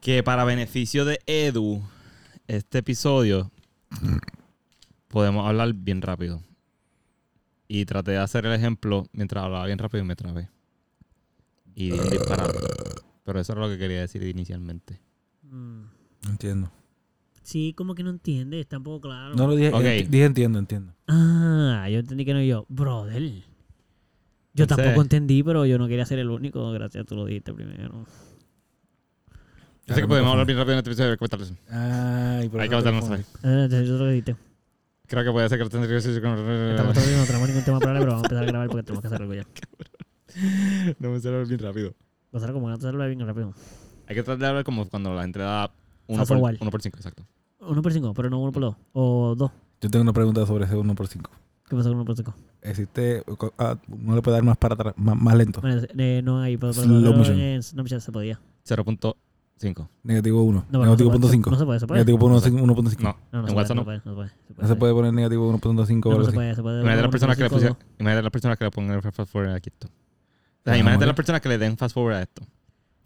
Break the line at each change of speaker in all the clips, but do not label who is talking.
que para beneficio de Edu, este episodio, podemos hablar bien rápido. Y traté de hacer el ejemplo mientras hablaba bien rápido y me trabé. Y di un disparate. Pero eso era lo que quería decir inicialmente.
Mm.
Entiendo.
Sí, como que no entiendes, tampoco claro.
No lo dije.
Ok.
enti- dije entiendo, entiendo.
Ah, yo entendí que no yo. Brother. Yo
Entonces-
tampoco entendí, pero yo no quería ser el único. Gracias, tú lo dijiste primero. Ah,
Yo sé que podemos hablar bien rápido en este episodio. ¿qué tal?
Ay, por
Hay que
eso te
botar un
confundí.
mensaje.
Ah, entonces yo lo
Eh.
dijiste.
Creo que puede ser que lo tendría que
Estamos
con...
todos bien, no tenemos ningún tema para hablar, pero vamos a empezar a grabar porque tenemos que hacer algo ya.
No me sale hablar bien rápido.
Gonzalo, como no te hablar bien rápido.
Hay que tratar de hablar como cuando la entrada uno
Fast
por,
forward.
uno por cinco, exacto.
Uno por cinco, pero no uno por dos. O dos.
Yo tengo una pregunta sobre ese 1x5.
¿Qué pasa con uno por cinco?
Existe. ah, no le puede dar más para atrás, más, más lento.
Bueno, eh, no hay. Pero, pero,
Slow
pero
motion.
en Snapchat se podía.
0.5.
Negativo 1.
No, pero no se
negativo
puede,
punto
se-
5.
No se puede, se puede.
Negativo punto cinco- 1.5.
No,
No, no
en
se
WhatsApp
puede,
no.
no puede, no se puede.
No se puede poner negativo 1.5 o
No, no
algo
se
así.
puede, se puede.
Imagínate las personas que le pusieron.
pusieron.
Imagínate las personas que le pongan el fast forward aquí esto. O sea,
Ah,
imagínate
ok.
las personas que le den fast forward a esto.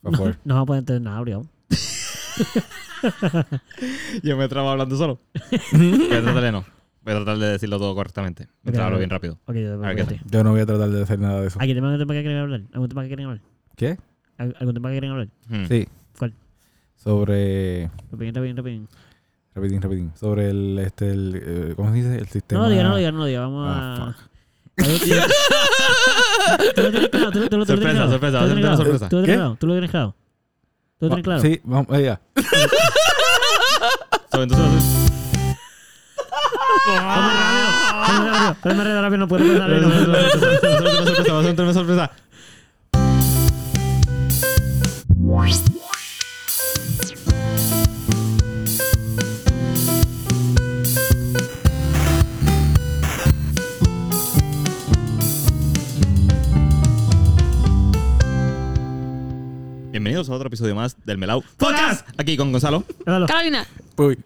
Por favor.
No va a poder entender nada, obligado.
Yo me trabo hablando solo. Voy a tratar de no. Voy a tratar de decirlo todo correctamente. Me
Ok,
trabo
ok.
bien rápido.
Ok, yo te
A ver, ¿qué
pregunto.
Yo no voy a tratar de hacer nada de eso.
Aquí tema que tema que quieren hablar. ¿Algún tema que quieren hablar?
¿Qué?
¿Al- ¿Algún tema que quieren hablar?
Hmm.
Sí.
¿Cuál?
Sobre.
Rapidín, rapidín, rapidín.
Repetín, repetín. Sobre el. Este, el eh, ¿Cómo se dice? El sistema.
No lo diga, no lo diga, no lo diga. Vamos
Ah,
a. Tú lo tienes claro, tú lo- tú lo- tú lo tienes
Sorpresa, sorpresa, va a
claro. Tú lo tienes
ser una
claro.
sorpresa.
Tú lo
¿Qué?
tienes claro. Tú lo tienes claro. Tú lo tienes claro.
Sí, vamos eh, allá.
Hmm. So, entonces,
Ponme rápido, ponme rápido, ponme rápido, rápido, no puedo, ponme rápido, no
una sorpresa,
puedo.
va a ser una sorpresa. Bienvenidos a otro episodio más del Melau Podcast. Aquí con Gonzalo.
Déjalo.
Carolina,
Uy.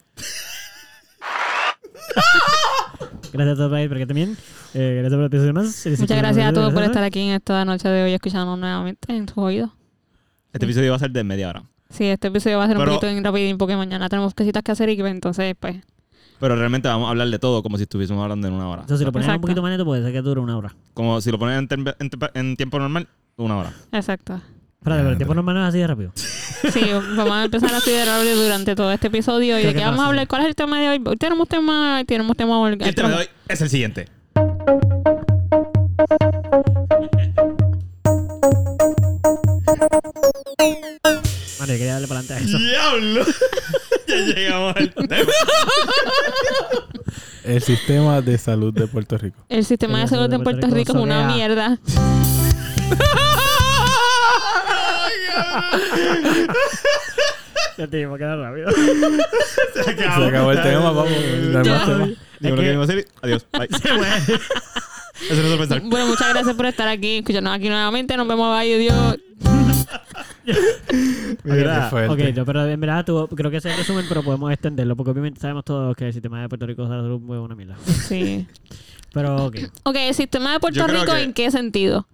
Gracias a todos por ahí, porque también. eh, Gracias por el episodio más.
muchas gracias a todos por estar aquí en esta noche de hoy escuchándonos nuevamente en sus oídos.
Este episodio va a ser de media hora.
Sí, este episodio va a ser
Pero-
un poquito en rapidín porque mañana tenemos cositas que hacer y que entonces pues
Pero realmente vamos a hablar de todo como si estuviésemos hablando en una hora.
Entonces, si lo pones un
Exacto.
poquito más neto, puede ser que dure una hora.
Como si lo ponen en, tem- en tem- en tiempo normal, una hora.
exacto.
Espérate, pero el
Diantre.
tiempo normal no es así de rápido.
Sí, vamos a empezar a estudiar ahora durante todo este episodio y
Creo
de
que
qué vamos a
pasa.
hablar. ¿Cuál es el tema de hoy? Hoy tenemos tema, tenemos tema vol-
El tema de hoy es el siguiente.
Bueno, yo quería darle para adelante a eso.
¡Diablo! ya llegamos al tema.
El sistema de salud de Puerto Rico.
El sistema de salud de Puerto Rico es una
Soquea.
mierda.
Ya te iba a quedar rápido.
Se acabó,
Se acabó el tema, vamos. No hay más tema.
Digo lo que venimos a decir. Adiós. Bye. Eso no es sorpresa.
Bueno, muchas gracias por estar aquí, escucharnos aquí nuevamente. Nos vemos, bye, Dios.
Qué fuerte.
ah, Ok, no, pero en verdad tú, creo que ese es el resumen, pero podemos extenderlo, porque obviamente sabemos todos que el sistema de Puerto Rico de salud es una mierda.
Sí.
Pero ok.
Ok, el sistema de Puerto
Yo creo
Rico,
que-
¿en qué sentido?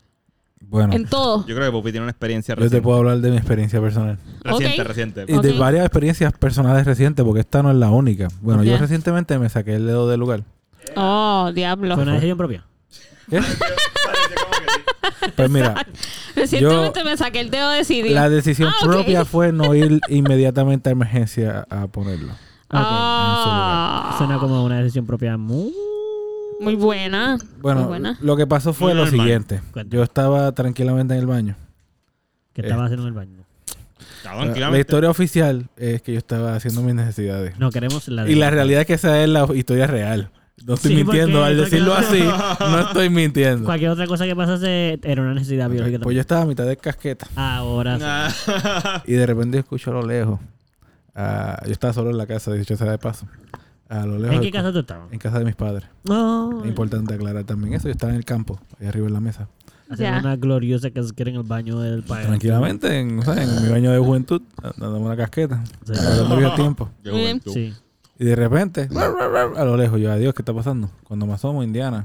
Bueno,
En todo.
Yo creo que Pupi tiene una experiencia
yo te
reciente.
puedo hablar de mi experiencia personal.
Reciente,
Ok.
reciente.
Y de
Ok.
varias experiencias personales recientes, porque esta no es la única. Bueno, yo
Ya.
recientemente me saqué el dedo del lugar.
Oh, diablo.
Fue una decisión propia.
¿Qué? ¿Eh? pues mira,
Recientemente me saqué el dedo de CD.
la decisión
Ah, ok.
propia fue no ir inmediatamente a emergencia a ponerlo.
Ah,
Suena como una decisión propia muy...
muy buena. muy
Bueno,
buena.
lo que pasó fue
Muy
lo
normal.
siguiente.
Cuenta.
Yo estaba tranquilamente en el baño.
que estaba haciendo en el baño.
Cabrón,
La
claramente.
historia oficial es que yo estaba haciendo mis necesidades.
No, queremos la de-
Y la realidad es que esa es la historia real. No estoy
Sí,
mintiendo.
porque
Al
está
decirlo así, no estoy mintiendo.
Cualquier otra cosa que pasase era una necesidad
Ok,
biológica.
Pues
también.
yo estaba a mitad de casqueta
Ahora sí.
Ah.
y de repente escucho a lo lejos. ah, yo estaba solo en la casa, 18 sea de paso. A lo lejos.
¿En qué casa tú estabas?
En casa de mis padres.
No.
Es importante aclarar también eso. Yo estaba en el campo, ahí arriba en la mesa.
Haciendo
Ya.
una gloriosa que se quiere en el baño del país.
Tranquilamente, en, o sea, en mi baño de juventud, dándome una casqueta.
Sí.
Dando bien tiempo.
Qué juventud.
Sí.
Y de repente, a lo lejos, yo, adiós, ¿qué está pasando? Cuando me asomo, Indiana,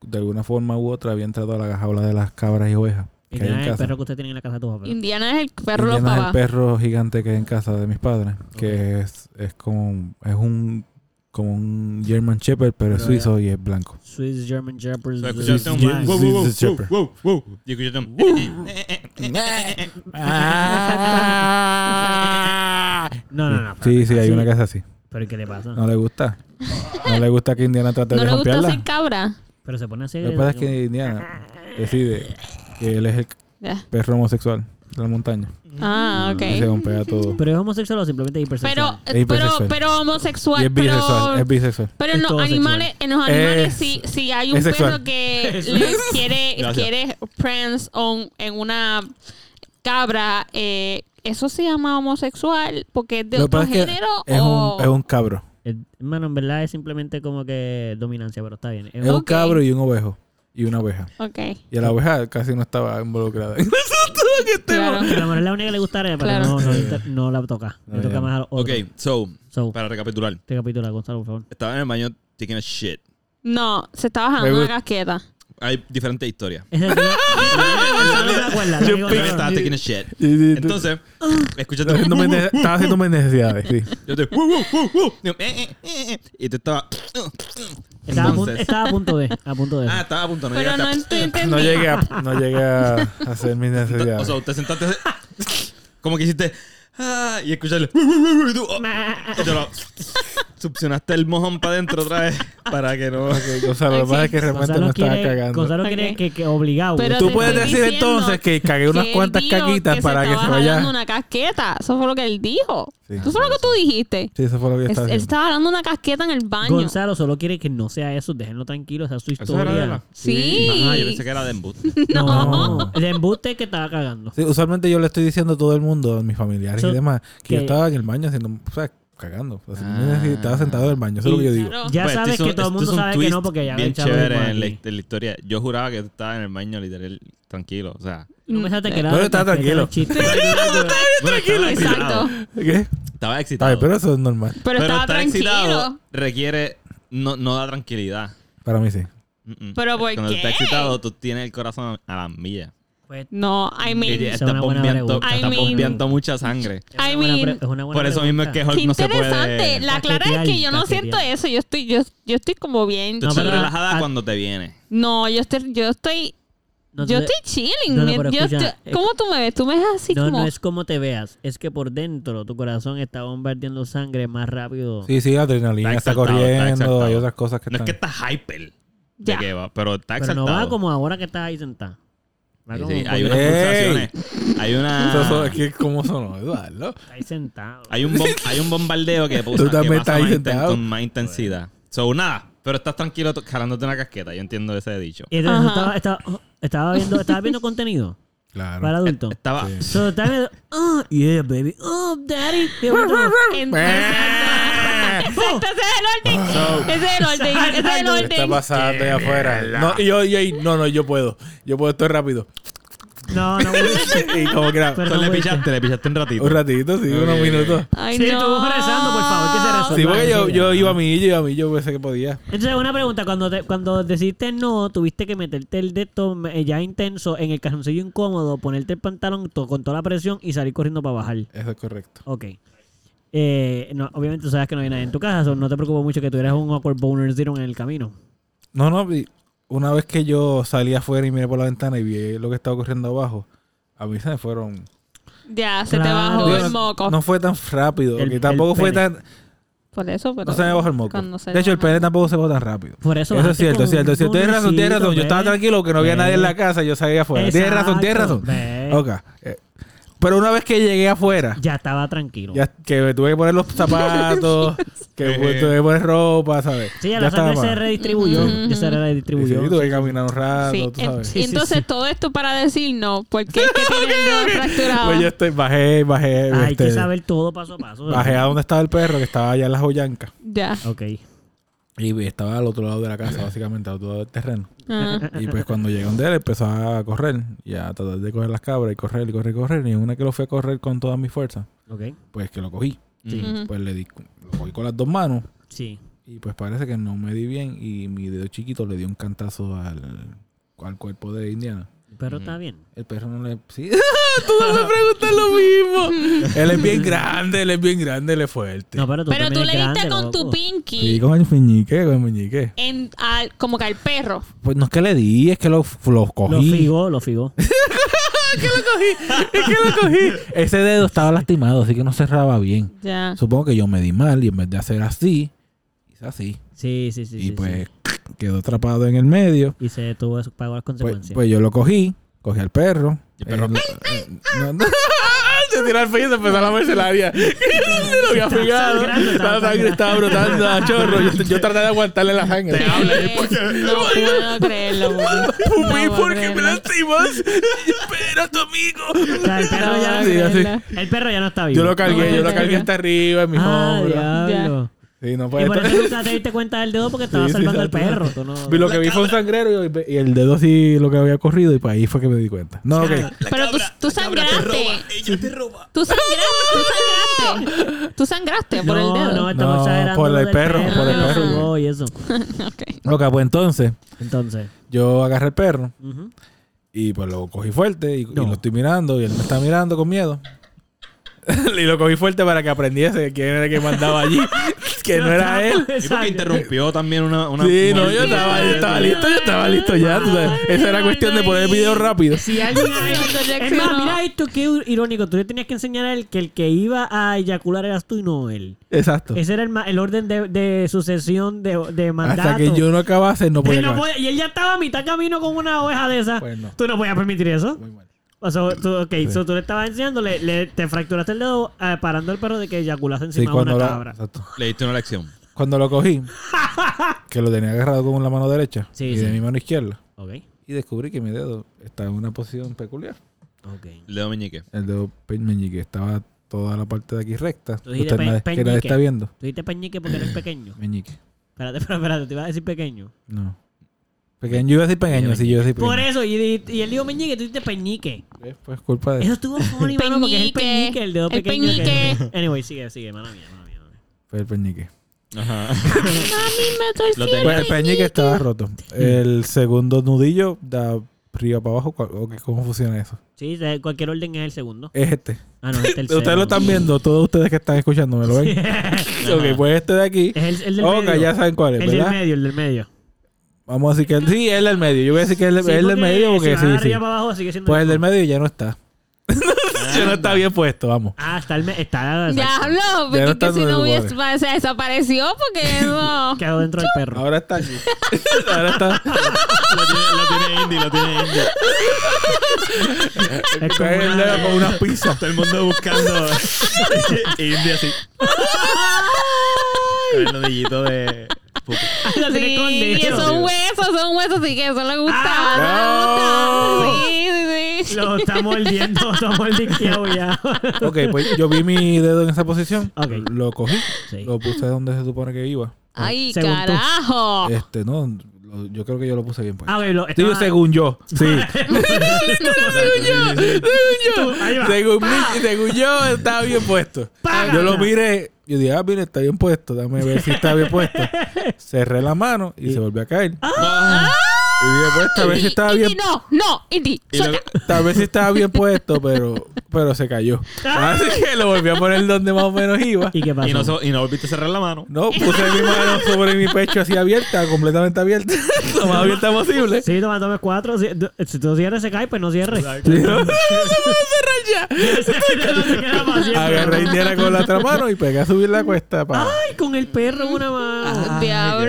de alguna forma u otra, había entrado a la jaula de las cabras y ovejas. Que hay en
Indiana es el
casa.
perro que usted tiene en la casa de tu papá.
Indiana es el perro de los
Indiana es el
papás.
perro gigante que hay en casa de mis padres.
Ok.
Que es, es como un- es un como un German Shepherd, pero es
Pero
suizo y es blanco.
Swiss German Shepherd.
So,
Sí,
escuchaste
sí,
un...
sí,
wow,
sí,
wow, wow,
sí, Shepherd.
wow, wow, wow. Y escuchaste un...
Ah.
No, no, no.
Sí, sí, hay
así.
una casa así.
Pero ¿qué le pasa?
No le gusta. No le gusta que Indiana trate
No
de
le gusta ser
romperla.
cabra.
Pero se pone así.
Lo que pasa es que Indiana
Ah.
decide que él es el
Ya.
perro homosexual de la montaña.
Mm.
Ah, ok.
Y se rompea todo.
Pero es homosexual o simplemente hipersexual.
Pero,
Es
pero,
hipersexual.
pero
Y
homosexual.
es bisexual,
Pero,
es bisexual.
pero
Es
en,
todo
los animales, en los animales, si, si hay un
es sexual.
perro que le quiere,
Gracias.
quiere prance on, en una cabra, eh, eso se llama homosexual porque es de
Lo que
otro
pasa es que
género
Es
o
un, es un cabro.
Eh, Hermano, en verdad es simplemente como que dominancia, pero está bien. Es
Es un
Ok.
cabro y un ovejo. Y una oveja.
Ok,
Este
Y la oveja casi no estaba involucrada.
claro.
Que la mujer es la única que le gusta pero
Claro.
no, no, inter- no la toca. Le
No,
toca
ya.
más a los
Ok,
otros.
so,
So,
para recapitular.
este capítulo, Gonzalo, por favor.
Estaba en el baño taking a shit.
No, se está
Me
bajando una
gusta.
casqueta.
Hay diferentes historias.
Es el Gonzalo no se acuerda.
Yo
digo,
pensé que
no,
estaba
no.
taking a shit. Entonces,
Entonces,
escuchaste...
estaba haciendo mis nece- estaba haciendo mis necesidades, sí.
Yo te... "Woo, woo, woo, woo". Y yo, "Eh, eh, eh, eh". Y te estaba...
Estaba, a punto,
Entonces-
estaba a punto de. A punto de.
Ah, estaba a punto. No
Pero
llegaste
no
a-
ent- entendí.
No llegué a, no llegué a hacer mis necesidades.
O sea, te sentaste como que hiciste ah, y escucharle "Wu, wu, wu", y tú, oh, y te lo- succionaste el mojón para adentro otra vez para que no
Ok, Gonzalo, lo que pasa es que de repente
Gonzalo
no este estaba
quiere,
cagando.
Gonzalo quiere
Ok.
que, que obligado.
Pero
Tú
te
puedes
estoy
decir
diciendo
entonces que cagué
que
unas
él
cuantas
dijo
caquitas para que se
estaba dando
vaya.
una casqueta. Eso fue lo que él dijo.
Sí.
eso fue lo que tú dijiste.
Sí, eso fue lo que yo
Él,
estaba
él
haciendo.
estaba dando una casqueta en el baño.
Gonzalo solo quiere que no sea eso. Déjenlo tranquilo, esa es su historia.
Sí.
Ah, yo pensé que era de embuste
No.
No.
El embuste es que estaba cagando.
Sí, usualmente yo le estoy diciendo a todo el mundo, a mis familiares
So,
y demás, que, yo
que-
estaba en el baño haciendo, o sea, cagando. O sea,
Ah.
Estaba sentado en el baño, eso es lo que yo digo.
Claro.
Ya
Pues,
sabes
esto es
que
un- esto
todo el
es
mundo
un
sabe que
twist
no porque ya
bien
habían echado
chévere
algo
en la,
aquí.
en la historia yo juraba que tú estabas en el baño literal tranquilo o sea
No pensaste que era
Pero está
que era
tranquilo.
un chiste.
bueno, estaba excitado.
Exacto.
¿Qué?
estaba
Está
excitado
bien, pero eso es normal.
Pero, estaba
estar
tranquilo.
excitado requiere no, no da tranquilidad
Para mí sí.
Mm, mm.
Pero ¿por
cuando
qué?
estás excitado tú tienes el corazón a la milla
Pues,
No, I mean,
Ella
es
está
una buena
bombeando,
pregunta.
I
está
mean-
bombeando mucha sangre.
es una
I
buena
mean,
pre- es una buena
Por eso mismo es
pregunta.
que Hulk
qué
no se
interesante.
puede.
La clara es que yo no
Cajetear,
siento
cajetear.
eso. Yo estoy, yo, yo estoy como bien.
Tú
No,
estás
pero-
relajada
ah,
cuando te viene.
No, yo estoy, yo estoy,
No te-
yo estoy chilling.
No, no, pero
Yo
escucha, eh.
estoy- ¿Cómo tú me ves? Tú me ves así
no,
como.
no es como te veas, es que por dentro tu corazón está bombardeando sangre más rápido.
Sí, sí, adrenalina,
Está
está,
exaltado, está
corriendo,
exaltado.
hay otras cosas que
No es que
están...
estás hyper.
Ya.
De que va, pero está
pero
exaltado.
no va como ahora que estás ahí sentada. Va
Sí,
como
sí,
cuando
hay unas
¡Ey!
pulsaciones. Hay
Eso- eso- es
una.
que ¿Cómo sonó, Eduardo?
estás ahí sentado.
Hay un, bom- hay un bombardeo que, pusa-
Tú
que
también
pasa
estás
más inten-
sentado.
con más intensidad. So, nada. Pero estás tranquilo to- jalándote una casqueta. Yo entiendo ese dicho.
Y entonces estaba,
Ajá.
estaba, oh, estaba viendo, estaba viendo contenido
Claro.
para adultos.
Estaba.
Sí.
So, estaba viendo, oh, yeah, baby, oh, daddy. Y el otro,
Entonces- Exacto, ese es el orden. Ese es el orden. Ese es el
¿Qué está
orden.
pasando allá afuera? No, y yo, y ahí, no, no, yo puedo. Yo puedo, estoy rápido.
No, no,
Y como que era,
Pero
So,
no
le
fuiste.
pichaste, le pichaste un ratito.
un ratito, sí, unos
pues. Ok.
minutos.
Ay,
Sí,
no.
tú vas rezando,
pues.
por favor, que se resuelva.
Sí, porque yo, yo
Sí,
iba a mí, yo iba a mí, yo pensé que podía.
Entonces, una pregunta, cuando te, cuando decidiste no, tuviste que meterte el dedo eh, ya intenso en el calzoncillo incómodo, ponerte el pantalón to- con toda la presión y salir corriendo para bajar.
Eso es correcto.
Ok. Eh, no, obviamente tú sabes que no hay nadie en tu casa, so no te preocupes mucho que tuvieras un awkward boner zero en el camino.
No, no, y una vez que yo salí afuera y miré por la ventana y vi lo que estaba ocurriendo abajo, a mí se me fueron.
Ya, se te
Claro.
bajó
Digo,
el
no,
moco.
no fue tan rápido,
El-
que tampoco
el
fue
pene.
tan.
Por eso, pero.
No se me bajó el moco.
cuando se
De hecho, el
baja-
pene tampoco se bajó tan rápido.
Por eso.
Eso es
bajaste
cierto,
con
es cierto.
un
es cierto. Tienes razón, tienes razón. Yo
bonercito,
estaba
¿ves?
tranquilo que no había
¿Ves?
nadie en la casa, yo salí afuera. Tienes razón, tienes
Exacto,
razón.
¿ves?
Ok. eh, Pero una vez que llegué afuera,
Ya estaba tranquilo.
ya que me tuve que poner los zapatos, que me tuve que poner ropa, ¿sabes?
Sí, ya la sangre
más.
se redistribuyó.
Ujú.
Ya se
Y sí,
redistribuyó.
tuve que caminar un rato,
Sí,
tú
en-
sabes.
Sí, sí,
entonces
sí.
todo esto para decir no, porque es que tiene el dedo fracturado.
Pues yo estoy, bajé, bajé.
Hay
este,
que saber todo paso a paso.
Bajé a donde estaba el perro, que estaba allá en las Joyancas.
Ya.
Ok.
Y estaba al otro lado de la casa, básicamente, al otro lado del terreno.
Ah.
Y pues cuando llegué donde él, empezó a correr. Y a tratar de coger las cabras y correr, y correr, y correr. Y una que lo fue a correr con toda mi fuerza,
Ok.
pues que lo cogí.
Sí.
Ujú.
Pues le di, lo cogí con las dos manos.
Sí.
Y pues parece que no me di bien. Y mi dedo chiquito le dio un cantazo al, al cuerpo de Indiana.
Pero está bien.
El perro no le. Sí. Tú no me preguntas lo mismo. él es bien grande, él es bien grande, él es fuerte.
No, pero tú,
Pero
también
tú
eres
le diste
grande,
con tu
loco.
pinky
Sí, con el meñique, con el meñique.
en, al- como que al perro.
Pues no es que le di, es que lo, lo
Lo
cogí.
figó, lo figó.
es que lo cogí. Ese dedo estaba lastimado, así que no cerraba bien.
Ya.
Supongo que yo me di mal y en vez de hacer así, hice así.
Sí, sí, sí.
y
sí,
pues quedó atrapado en el medio.
sí. Y se tuvo, pagó las
Pues,
consecuencias.
pues yo lo cogí, cogí al perro.
El perro-
eh, lo- eh, no, no. Se tiró al piso y empezó la mercelaria. Se lo había
Estaba
fregado.
sangrando, estaba
La sangre estaba brotando a chorro. Yo, yo traté de aguantarle la sangre.
Eh, no puedo creerlo. Bubi.
Uy,
No puedo
¿por qué me
creerlo.
lastimas? Pero tu amigo.
O sea, el perro
No
ya.
puedo
Sí, así.
creerlo.
El perro ya no está vivo.
Yo lo cargué, yo lo cargué hasta arriba en mi
Ah,
hombro.
diablo.
Sí, no
Y
puede
por
estar-
eso nunca te diste cuenta del dedo porque estaba
Pues, Sí, sí,
salvando al
exacto.
perro. Tú no-
Vi lo que vi fue un sangrero y, y el dedo así lo que había corrido y pues ahí fue que me di cuenta. No, ok.
Pero tú, tú sangraste. Tú sangraste. Tú sangraste. Tú sangraste por el
No, no,
dedo.
No,
estamos exagerando
por el
lo del
perro,
por el
que lo
perro.
fregó y eso.
Ok.
Ok, pues entonces
Entonces.
yo agarré el perro
ujú.
y pues lo cogí fuerte y, y
No.
lo estoy mirando y él me está mirando con miedo. y lo cogí fuerte para que aprendiese quién era el que mandaba allí, que no era él.
Y porque
Exacto.
interrumpió también una. una
Sí, no,
una-
yo estaba, yo estaba listo, yo estaba listo ya. tú sabes. Esa era cuestión de poner el video rápido.
Si alguien es más,
reaccionó.
mira esto, qué irónico. Tú le tenías que enseñar a él que el que iba a eyacular eras tú y no él.
Exacto.
Ese era el, ma- el orden de, de sucesión de, de mandato.
Hasta que yo no acabase, no
Sí,
podía.
no
acabar.
podía- pues, y él ya estaba a mitad camino con una oveja de esa.
Pues no.
Tú no podías permitir eso.
Muy mal.
O sea, tú, ok, so tú le estabas enseñando, le, le- te fracturaste el dedo eh, parando al perro de que eyaculase
Sí,
encima de
cuando
una
la-
cabra.
exacto.
Le diste una lección.
Cuando lo cogí, que lo tenía agarrado con la mano derecha
Sí,
y
sí.
de mi mano izquierda.
Ok,
Y descubrí que mi dedo estaba en una posición peculiar.
ok.
Le doy meñique.
El dedo pe- meñique estaba toda la parte de aquí recta.
Tú dijiste
Usted
pe-
nadie- que nadie
peñique.
está viendo.
Tú dijiste pañique porque eres pequeño.
Meñique.
Espérate, espérate, espérate, te iba a decir pequeño.
No. Pequeño, yo iba a decir pequeño, sí, yo iba a decir pequeño.
Por eso, y, y- y él dijo meñique, tú dijiste peñique.
Eh, Pues culpa de
Eso estuvo funny, mano, porque es el
Peñique.
peñique, el dedo
El
pequeño. que-
peñique.
Anyway, sigue, sigue, mala mía, mala mía. mala mía.
fue el peñique.
Ajá.
Mami, me torcí
Lo tenía.
el
Pues el peñique estaba roto. El segundo nudillo da arriba para abajo. ¿cuál- o qué- ¿Cómo funciona eso?
Sí, de cualquier orden es el segundo.
Es este.
Ah, no, es el tercero.
Ustedes lo están viendo, todos ustedes que están escuchando, ¿me lo ven? ok, pues este de aquí.
Es el, el del
Ok,
medio.
ya saben cuál es,
el del
¿verdad?
medio, el del medio.
Vamos a decir que sí, es el del medio. Yo voy a decir que es el, el del medio porque
si
sí,
va de
sí.
arriba para abajo sigue siendo
Pues el
mismo.
del medio ya no está. ya no está bien puesto, vamos.
Ah, está el me- está
Ya
exacto.
habló, porque
no
es que
está
si
en
no
los
hubiese
lugares.
o sea, desapareció porque no.
quedó dentro del perro.
Ahora está aquí. Ahora está.
lo, tiene, lo tiene Indy, lo tiene Indy.
Es como
Está pues, el
una-
dedo con unas pizzas.
Todo el mundo buscando. Indy así. El nudillito de.
Lo tiene
Sí,
escondido.
son huesos, son huesos, sí que eso le gusta.
Ah.
eso le gusta. Sí, sí, sí.
Lo está mordiendo, lo está mordiendo ya.
Ok, pues yo vi mi dedo en esa posición.
Ok.
Lo cogí.
Sí.
Lo puse donde se supone que iba.
Ay,
Según tú.
carajo.
Este, no. lo- yo creo que yo lo puse bien. Pues.
Ah, ok, lo
Digo,
estaba-
según yo. Sí.
Tú, ahí va.
según, mí- según yo, estaba bien puesto.
Pa.
Yo lo miré. Yo dije, ah, mire, está bien puesto. Dame ver si está bien puesto. Cerré la mano y se volvió a caer. ¡Ah! Y dije, pues, esta vez sí estaba
Indy,
bien
no, no, Indy,
Y lo-
suelta.
Tal vez sí estaba bien puesto, pero, pero se cayó. Así que lo volví a poner donde más o menos iba.
¿Y qué pasó?
y, no, so- y no volviste a cerrar la mano.
No, puse mi mano sobre mi pecho así abierta, completamente abierta, lo más abierta posible.
Sí, toma, toma cuatro. Si, si tú cierres, se cae, pues no cierres.
Sí, ¿no?
Se queda para siempre.
Agarré a Indiana con la otra mano y pegué a subir la cuesta. Pa.
Ay, con el perro en una mano.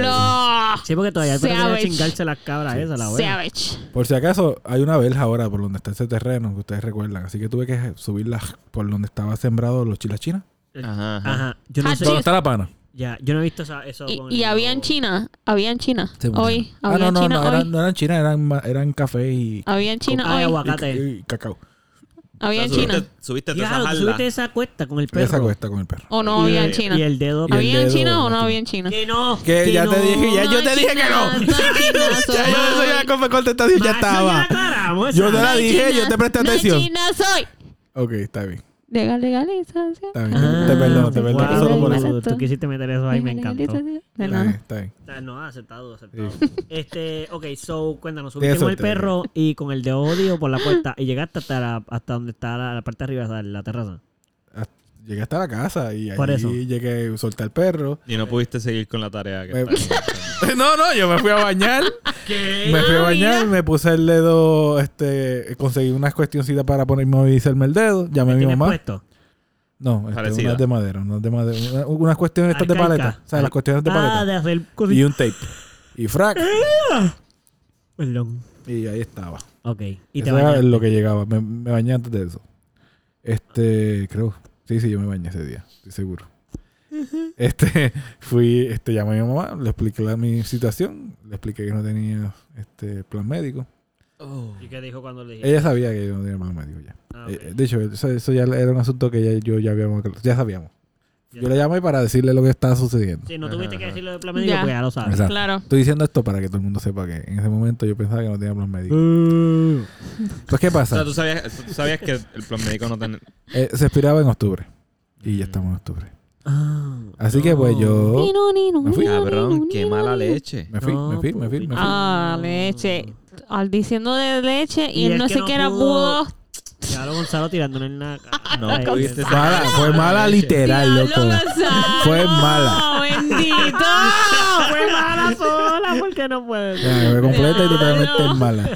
Diablo.
Sí, porque todavía el perro
Savage.
quiere chingarse las cabras esas, la abuela.
Savage.
Por si acaso, hay una verja ahora por donde está ese terreno que ustedes recuerdan. Así que tuve que subirla por donde estaba sembrado los chilachinas.
Ajá. ajá.
Ajá. Yo no
Ah,
sé.
sí.
¿Dónde está la pana?
Ya, yo no he visto esa- eso. con
Y, y
el-
había en China, había en China. Hoy,
Ah,
había
no,
en
no,
China
no,
hoy.
eran, no eran chinas, eran, ma- eran café y,
Había en China
Ah,
hoy.
aguacate.
y- y cacao.
Había en China.
subiste, subiste toda
Claro,
esa
tú
jarla.
subiste esa cuesta con el perro.
Esa cuesta con el perro.
O no
Y
había en
el-
China.
Y el dedo.
Y el
¿Había en
dedo,
China o no
Martín.
había en China?
Que no.
Que ya
no.
te dije, ya yo
No,
te dije que no.
China, no,
Ya yo
soy.
soy la con- contestación ya
Macho,
estaba.
ya aclaramos
Yo
esa.
te la
Soy
dije, yo te presté
No,
atención.
China soy.
Ok, está bien.
Legal, legalización.
Está bien, te- te perdono, te perdono
wow.
solo por eso.
eso.
Ah, Tú quisiste meter eso ahí, me encantó.
Legalización. De
Está bien,
nada.
está bien.
Ah, No, aceptado, aceptado. Este, ok, so, cuéntanos, subiste
Tienes
con el
suerte,
perro y con el de odio por la puerta y llegaste hasta, la- hasta donde está la, la parte de arriba, hasta la terraza.
Hasta- Ah, Llegué hasta la casa y
Por eso.
ahí llegué, solté al perro.
Y no pudiste seguir con la tarea que
Me-
estaba
No, no, yo me fui a bañar. Me
Ah,
fui a bañar, me puse el dedo, este, conseguí unas cuestioncitas para poner movilizarme el dedo. Llamé a mi
¿Tienes
mamá.
puesto?
No, este,
Parecida.
unas de madera, unas de madera. Una- unas cuestiones estas de
Arcaica.
paleta. O sea, las cuestiones de
Ah,
paleta.
de hacer
Y
cositas.
un tape. Y frac.
Perdón.
Y ahí estaba.
Ok. Y te
Eso era
bañaste.
lo que llegaba. Me, me bañé antes de eso. Este, creo. Sí, sí, yo me bañé ese día. Estoy seguro. Este, fui, este, llamé a mi mamá, le expliqué la, mi situación, le expliqué que no tenía este plan médico.
¿Y qué dijo cuando le dijiste?
Ella sabía que yo no tenía plan médico ya.
Ah,
Eh,
ok.
De hecho, eso, eso ya era un asunto que ya, yo ya habíamos ya sabíamos.
Ya.
Yo le llamé para decirle lo que estaba sucediendo.
Sí, no tuviste que
Ajá.
decirlo de plan médico
Ya.
porque ya lo sabes.
Exacto.
Claro.
Estoy diciendo esto para que todo el mundo sepa que en ese momento yo pensaba que no tenía plan médico.
Uh,
Pues, ¿qué
O sea,
pasa?
tú sabías, tú sabías que el plan médico no tenía...
Eh, se expiraba en octubre. Y ya estamos en octubre.
ah,
Así que, pues,
Mm. no.
yo...
Nino, nino,
Uh,
Me fui.
nino,
Cabrón,
nino,
Ah, qué
nino,
mala
nino.
leche.
Me fui,
No, pues,
me fui, me fui, me fui.
Ah, leche. Al diciendo de leche y,
Y
él
es
no
que no
siquiera
pudo-
pudo.
Claro, Gonzalo tirándole en la cara.
No
Ay,
pudiste
Dios.
Mala, fue mala literal,
Diablo,
loco.
Gonzalo.
Fue mala.
Bendito.
Fue mala pues, sola, porque no puede.
Ya, me completa y totalmente
Claro.
mala.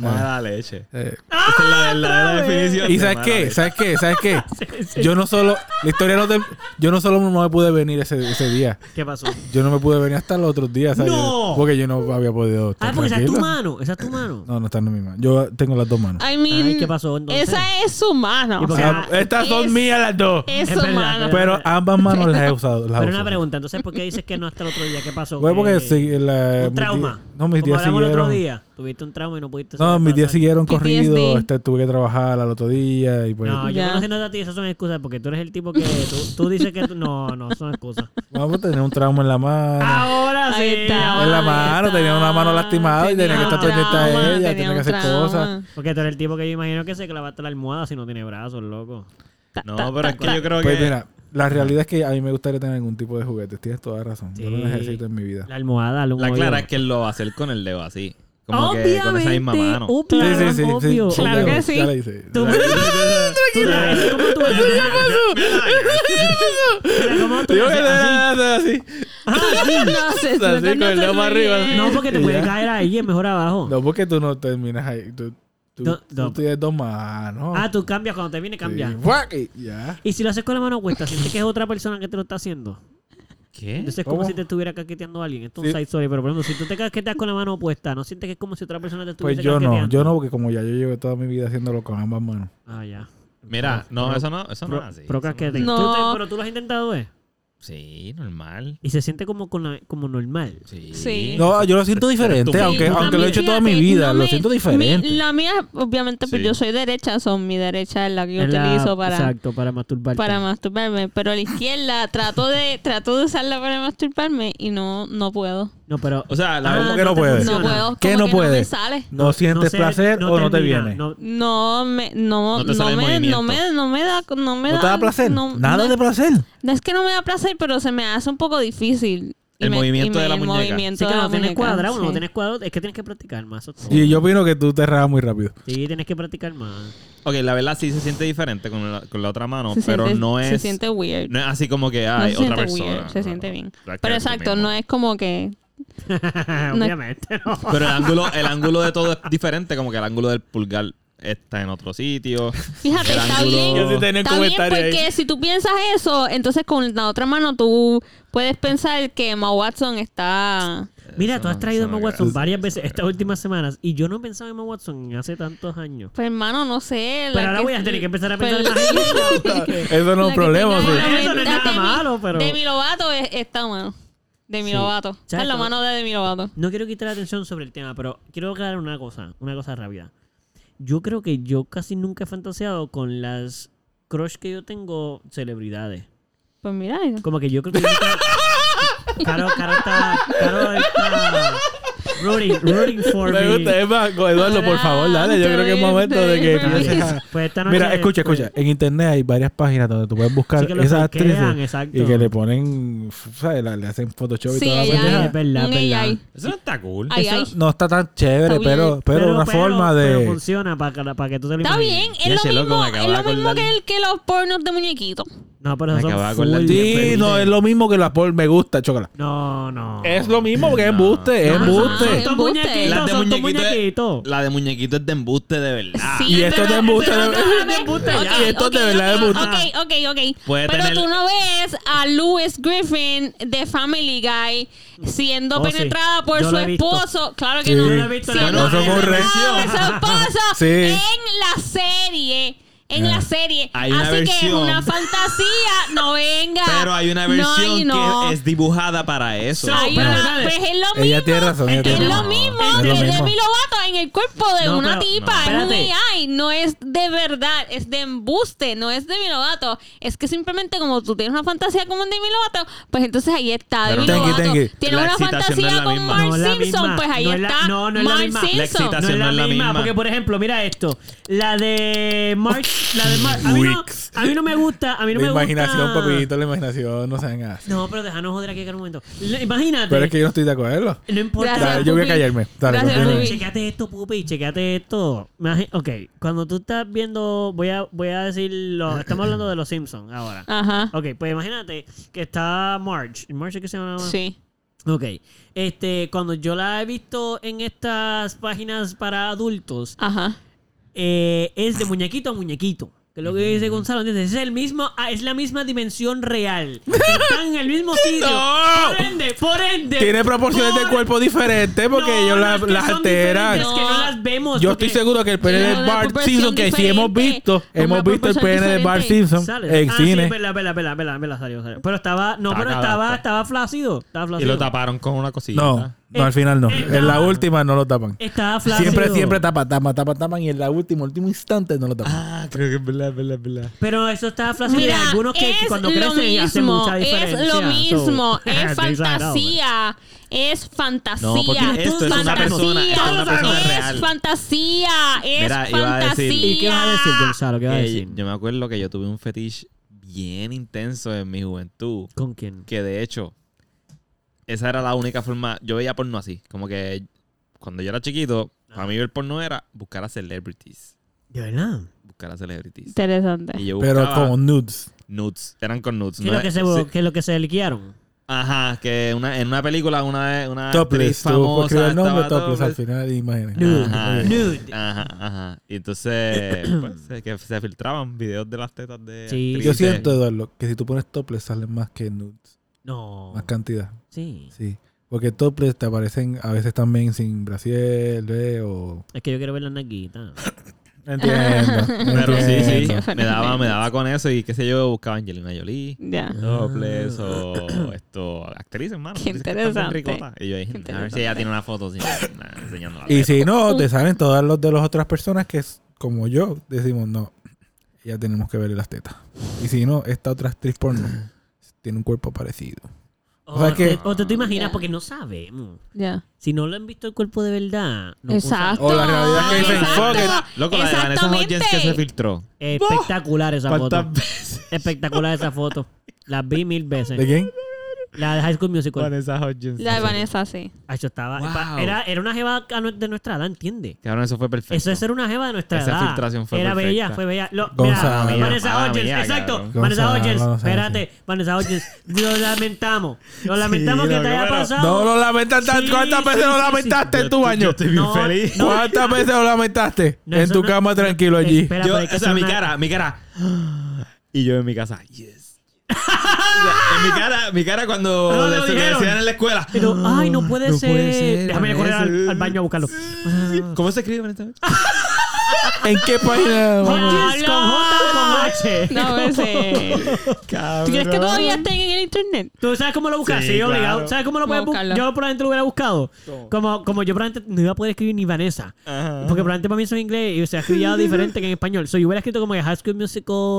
Mala leche.
Eh,
Esa es la verdadera definición.
¿Y
de
sabes
mala
qué?
leche.
¿Sabes qué? ¿Sabes qué? Yo no solo... La historia no te- Yo no solo no me pude venir ese, ese día.
¿Qué pasó?
Yo no me pude venir hasta los otros días. ¿sabes?
¡No!
Porque yo no había podido estar
Ah, porque esa es tu
tranquilo.
mano. Esa es tu mano.
No, no está en mi mano. Yo tengo las dos manos.
I mean,
Ay, ¿qué pasó entonces?
Esa es su mano.
¿Y
o
por qué?
sea,
Ah, Estas son
es-
mías las dos.
Es
Es
su
verdad,
mano.
verdad.
Pero ambas manos las he usado. Las
Pero
uso.
una pregunta, entonces, ¿por qué dices que no hasta el otro día? ¿Qué pasó?
Fue Pues, porque
¿Qué-
sí, la-
un trauma.
mis di- no, mis
Como
días
hablamos el otro
siguieron.
día. Tuviste un trauma y no pudiste.
No,
salir
mis
para
días
salir.
siguieron
PTSD.
corridos. Este, tuve que trabajar al otro día y pues.
No, yo
Ya.
conociéndote a ti, esas son excusas porque tú eres el tipo que. Tú, tú dices que. Tú... No, no, son excusas.
Vamos a tener pues, un trauma en la mano.
Ah, Ahora sí.
Ahí está.
en la mano, tenía una mano lastimada y tenía que estar
Tenía un
pendiente a
trauma,
ella,
tenía
tenía que
un
hacer
trauma.
cosas.
Porque tú eres el tipo que yo imagino que se clavaste la almohada si no tiene brazos, loco.
Ta,
No,
ta,
pero
ta,
es que
ta.
yo creo que...
Pues mira, la realidad es que a mí me gustaría tener algún tipo de juguetes. Tienes toda razón. Yo lo
Sí.
necesito en mi vida.
La almohada, algo
La clara es que él lo va a hacer con el dedo así. Como
Obviamente,
que con esa misma mano.
obvio, obvio.
sí. Claro
ya
que
lo-
sí.
ya lo hice.
Tú- tú- es como tú- Mira, ¿cómo tú
Yo
haces
que
así?
era- era así.
No sé,
Así,
no, no
con el
te
dedo para
ríes.
arriba.
No, porque te
Y
puede
ya.
caer ahí, es mejor abajo.
No, porque tú no terminas ahí. Tú, tú,
No,
tú
no.
tienes dos manos.
Ah, tú cambias cuando te viene, cambias.
Sí, ¡fuck! Y ya.
Y si lo haces con la mano opuesta, sientes que es otra persona que te lo está haciendo.
¿Qué?
Entonces es como
¿Cómo?
si te estuviera caqueteando a alguien. Esto es un
Sí.
side story, pero por ejemplo, si tú te caqueteas con la mano opuesta, ¿no sientes que es como si otra persona te estuviera
Pues yo no,
caqueteando?
yo no, porque como ya yo llevo toda mi vida haciéndolo con ambas manos.
Ah, ya.
Mira, no, eso no, eso no
Pro,
es así.
pro
Eso no-
casquete.
No.
Tú te- pero tú lo has intentado, ¿eh?
Sí, normal.
Y se siente como, con la- como normal.
Sí.
Sí.
No, yo lo siento diferente,
Sí,
aunque,
yo
aunque lo he
también.
hecho toda mi
Fíjate,
vida,
no
lo
me-
siento
mi-
diferente.
la mía, obviamente, pues
Sí.
yo soy derecha, son mi derecha es la que yo
Es la-
utilizo para,
Exacto, para masturbarte.
para masturbarme. Pero la izquierda trato de, trato de usarla para masturbarme y no, no puedo.
No, pero...
O sea, la
¿Cómo que no
te
puedes?
Ah, No
funciona.
¿Qué
puedo. como
no
que No me
puedes?
sale.
¿No, sientes
sé,
placer o no te
termina,
viene? No,
no-
No me, no,
No te
no,
sale el
me, no
movimiento.
me, no me da, no me
te da placer? Nada
no-
de placer.
No es que no me da placer, pero se me hace un poco difícil. Y
El
me-
movimiento
y me-
de la
el
muñeca.
movimiento
Sí, que
de la
no tienes
muñeca,
cuadrado,
sí.
no tienes cuadrado. Es que tienes que practicar más. eso es todo.
Y yo opino que tú te errabas muy rápido.
Sí, tienes que practicar más.
Ok, la verdad sí se siente diferente con la, con la otra mano,
Se
pero
siente-
no es.
Se siente weird.
No es así como que
No
hay
se siente
otra persona.
weird, se
No,
siente
no,
bien.
prácticamente
Pero
lo
exacto,
mismo.
no es como que...
Obviamente, no.
Pero el ángulo, el ángulo de todo es diferente, como que el ángulo del pulgar está en otro sitio.
Fíjate,
El
está
ángulo- Yo sí
bien.
tenía un
Está bien
comentario ahí.
porque si tú piensas eso, entonces con la otra mano tú puedes pensar que Emma Watson está...
Mira,
Eso
tú has
no-
traído a
eso
Emma
no
Watson
cabe.
varias veces estas últimas semanas y yo no pensaba en Emma Watson en hace tantos años.
Pues hermano, no sé. la
Pero ahora
que-
voy a tener que empezar a
pero-
pensar más en ella.
Eso no es un
la que
problema. pues. sí.
tenga la
Eso no es
herramienta
nada
Demi-
malo, pero-
Demi Lovato es esta mano. Demi
Sí.
Lovato. Esta es la
Exacto.
mano de Demi Lovato.
No quiero quitar la atención sobre el tema, pero quiero aclarar una cosa, una cosa rápida. Yo creo que yo casi nunca he fantaseado con las crush que yo tengo celebridades.
Pues mira.
Como que yo creo que nunca- Caro, Caro está... Caro está... Rooting, rooting for
Me
me.
gusta, eh. es más, Eduardo, por favor, dale. Yo creo que es momento de que empieces a-
Pues esta noche,
Mira, escucha,
pues,
escucha. En internet hay varias páginas donde tú puedes buscar
sí que lo
esas
fakean,
actrices
exacto.
y que le ponen, ¿sabes? La- Le hacen Photoshop y
Sí,
toda la
ella-
pendeja.
es verdad,
un
es verdad.
AI.
Eso no está cool.
Ay,
Eso-
ay.
No está tan chévere,
Está bien.
pero, pero, una forma
pero
de.
funciona para que, para que tú te lo
Está
imagines.
bien,
Ya
es
ese
lo
loco
mismo,
me
es
acababa
lo
de
mismo
acordar.
que, el, que los pornos de muñequito.
No, pero eso
Me acababa
son
de acordar
full
de-
Sí,
Felipe.
no, es lo mismo que la por me gusta, chocolate.
No, no.
Es lo mismo porque es embuste, es
No,
embuste.
Son
Embuste.
muñequitos,
Las de
son tus
muñequito es-
muñequitos.
La de muñequito es de embuste de verdad.
Sí,
Y esto
pero-
es de embuste,
pero
de-
tú no ves-
embuste, ya.
ok,
Y
esto es de
ok,
verdad
ok,
embuste.
Ok, ok, ok.
Puede
pero
tener-
tú no ves a Louis Griffin de Family Guy siendo
Oh, sí.
penetrada por
Yo
su
lo he visto.
esposo. Claro que
Sí.
Yo
no.
lo he visto en la
Bueno,
noche.
son horrendos.
No, eso pasa
Sí.
en la serie. En
Ah.
la serie.
Hay una
Así que es
versión.
una fantasía. No venga.
Pero hay una
No,
versión
ay, no.
que es dibujada para eso.
Hay
pero
una-
dale.
pues es lo mismo.
Ella tiene razón. ella
Es
Es
tiene
lo
razón.
mismo
No,
que
es lo
Demi
mismo.
Lovato en el cuerpo de
No,
una
no.
pero-
tipa. Es un
Espérate.
AI. No es de verdad. Es de embuste. No es Demi Lovato. Es que simplemente como tú tienes una fantasía como en Demi Lovato, pues entonces ahí está
Pero
Demi
no.
Lovato.
Tenki, tenki.
Tienes
La
una
excitación no es
fantasía
la
con
misma.
Mark
No es la
Simpson,
misma.
pues ahí
No es la-
está
no, no es la
Mark
misma. La
Simpson.
excitación. Estación
no es la misma, porque
misma.
por ejemplo, mira esto, la de Mark, la de Mark, a mí no,
Wicks.
a mí no me gusta, a mí no
La
me gusta.
imaginación, papito, la imaginación, no sean así.
No, pero déjanos joder aquí en un momento. Le- Imagínate,
Pero es que yo no estoy de acuerdo.
no importa.
Gracias,
Dale, yo voy a
Pupi.
callarme. Dale,
Gracias,
continúa.
Pupi.
Chequate esto, pupi, chequate esto. Imagi- Ok, cuando tú estás viendo, voy a, voy a decir, lo- estamos hablando de los Simpsons ahora.
Ajá.
Ok, pues imagínate que está Marge. ¿Marge que se llama?
Sí.
Ok. Este, cuando yo la he visto en estas páginas para adultos,
Ajá.
eh, es de muñequito a muñequito. Que es lo que dice Gonzalo, ¿entiendes? Es, el mismo, ah, es la misma dimensión real. Están en el mismo sitio.
¡No!
Por ende, por ende.
Tiene proporciones
por-
de cuerpo diferentes porque
No, no,
ellos la-
es que
las
son
alteran.
diferentes, que no las vemos.
Yo
porque-
estoy seguro que el pene
Tiene
de
una
Bart
proporción
Simpson, que sí hemos
diferente,
visto,
una
hemos visto el
proporción
pene de Bart
diferente.
Simpson
Sale.
en
ah,
cine.
Sí, vela, vela, vela, vela, vela, salió, salió. Pero estaba, no,
Está
pero
cagado,
estaba,
está.
estaba flácido. Estaba
Y
flácido.
lo taparon con una cosita.
no,
Eh,
no, al final no.
eh,
En la
no.
última no lo tapan.
Estaba flácido.
Siempre, siempre tapa, tapa, tapa, tapan y en la última, último instante no lo tapan.
Ah, creo que es verdad, es verdad, es verdad.
Pero eso está flácido de
Mira,
algunos que
es
cuando
lo
crecen hacen
mismo,
mucha
es
diferencia.
lo
So,
mismo, es
estoy exagerado,
fantasía, es fantasía,
No, porque
esto es una persona,
esto es una persona real.
es fantasía, es
Mira, iba a decir-
fantasía.
¿Y qué vas a decir, Gonzalo? ¿Qué vas a
Eh,
decir?
Yo me acuerdo que yo tuve un fetiche bien intenso en mi juventud.
¿Con quién?
Que de hecho, esa era la única forma. Yo veía porno así. Como que cuando yo era chiquito, para mí ver porno era buscar a celebrities.
De verdad.
Buscar a celebrities.
Interesante.
Y yo
Pero
buscaba
como nudes.
nudes. Eran con nudes.
¿Qué
no
es lo
era-
que se,
sí.
que es lo que se liquearon?
Ajá, que una, en una película una, una actriz
Topless, tú
famosa
escribes el nombre
estaba
Topless al
topless.
final, imagínate. Ah,
Nude.
Ajá.
Nude.
Ajá, ajá. Y entonces, pues, eh, que se filtraban videos de las tetas de.
Sí.
actrices.
Yo siento, Eduardo, que si tú pones topless salen más que nudes,
No.
más cantidad.
Sí.
Sí. Porque topless te aparecen a veces también sin brasier, ¿ve? o...
Es que yo quiero ver la naguita.
Entiendo.
Pero sí, sí,
entiendo.
me daba, me daba con eso y qué sé yo, buscaba Angelina Jolie.
Ya.
Dobles o esto, actrices, hermano.
Ah. Qué
actrices que están bien
interesante.
ricotas. Y yo dije,
Qué
a ver si ella tiene una foto sí, nah, enseñando la
Y
teta.
si no, te salen todas los de las otras personas que, es- como yo, decimos, no, ya tenemos que verle las tetas. Y si no, esta otra actriz porno tiene un cuerpo parecido.
O,
O sea que-
te, o te tú imaginas
Ya.
porque no sabemos.
Ya.
Si no lo han visto el cuerpo de verdad. No
Exacto.
Oh,
O la realidad es que dicen,
exacto,
fuck it.
Loco, la de Vanessa Hudgens que se
Exactamente.
filtró.
Espectacular esa foto.
¿Cuántas veces?
Espectacular esa foto. La vi mil veces.
¿De quién?
La de High School Musical.
Vanessa Hudgens.
La de Vanessa, sí.
Ah, yo estaba,
Wow.
pa- era, era una jeva a nu- de nuestra edad, ¿entiendes?
Cabrón, eso fue perfecto.
Eso es ser una jeva de nuestra
Esa
edad.
filtración fue
Era
perfecta. Ah,
bella, fue bella. Lo- mira,
Gonzalo.
Vanessa
Mala
Hodges,
mía,
exacto.
cabrón.
Vanessa
Gonzalo,
Hodges,
Gonzalo,
espérate. Vanessa Hodges, lo lamentamos. Lo lamentamos
Sí,
que
lo
te
que-
haya
pero-
pasado.
No lo lamentaste.
Sí,
¿Cuántas
sí,
veces
sí,
lo
sí.
lamentaste en tu
Yo-
baño?
Yo estoy bien
No,
feliz.
no,
¿Cuántas veces lo lamentaste?
No,
en
eso
tu
no-
cama tranquilo allí.
Espera,
Yo-
pero hay que
o sea,
hacer
mi
una-
cara, mi cara. Y yo en mi casa, yes. O sea, en mi cara, mi cara cuando
No,
le-
lo
se le
dijeron.
decían en la escuela.
Pero, ay, no puede
No
ser.
puede ser,
Déjame
no puede
correr al,
ser.
al baño a buscarlo.
¿Cómo se escribe Vanessa Hudgens?
¿En qué página?
Hodges con J o con H.
No, veces. ¿Tú crees que todavía estén en el internet?
¿Tú sabes cómo lo buscas? Sí,
Sí,
obligado.
claro.
¿Sabes cómo lo puedes
Vamos a
buscar?
buscarlo.
Yo probablemente lo hubiera buscado. Como, como yo probablemente no iba a poder escribir ni Vanessa.
Ajá.
Porque probablemente para mí eso es inglés y se ha escrito diferente que en español. So, yo hubiera escrito como que High School Musical,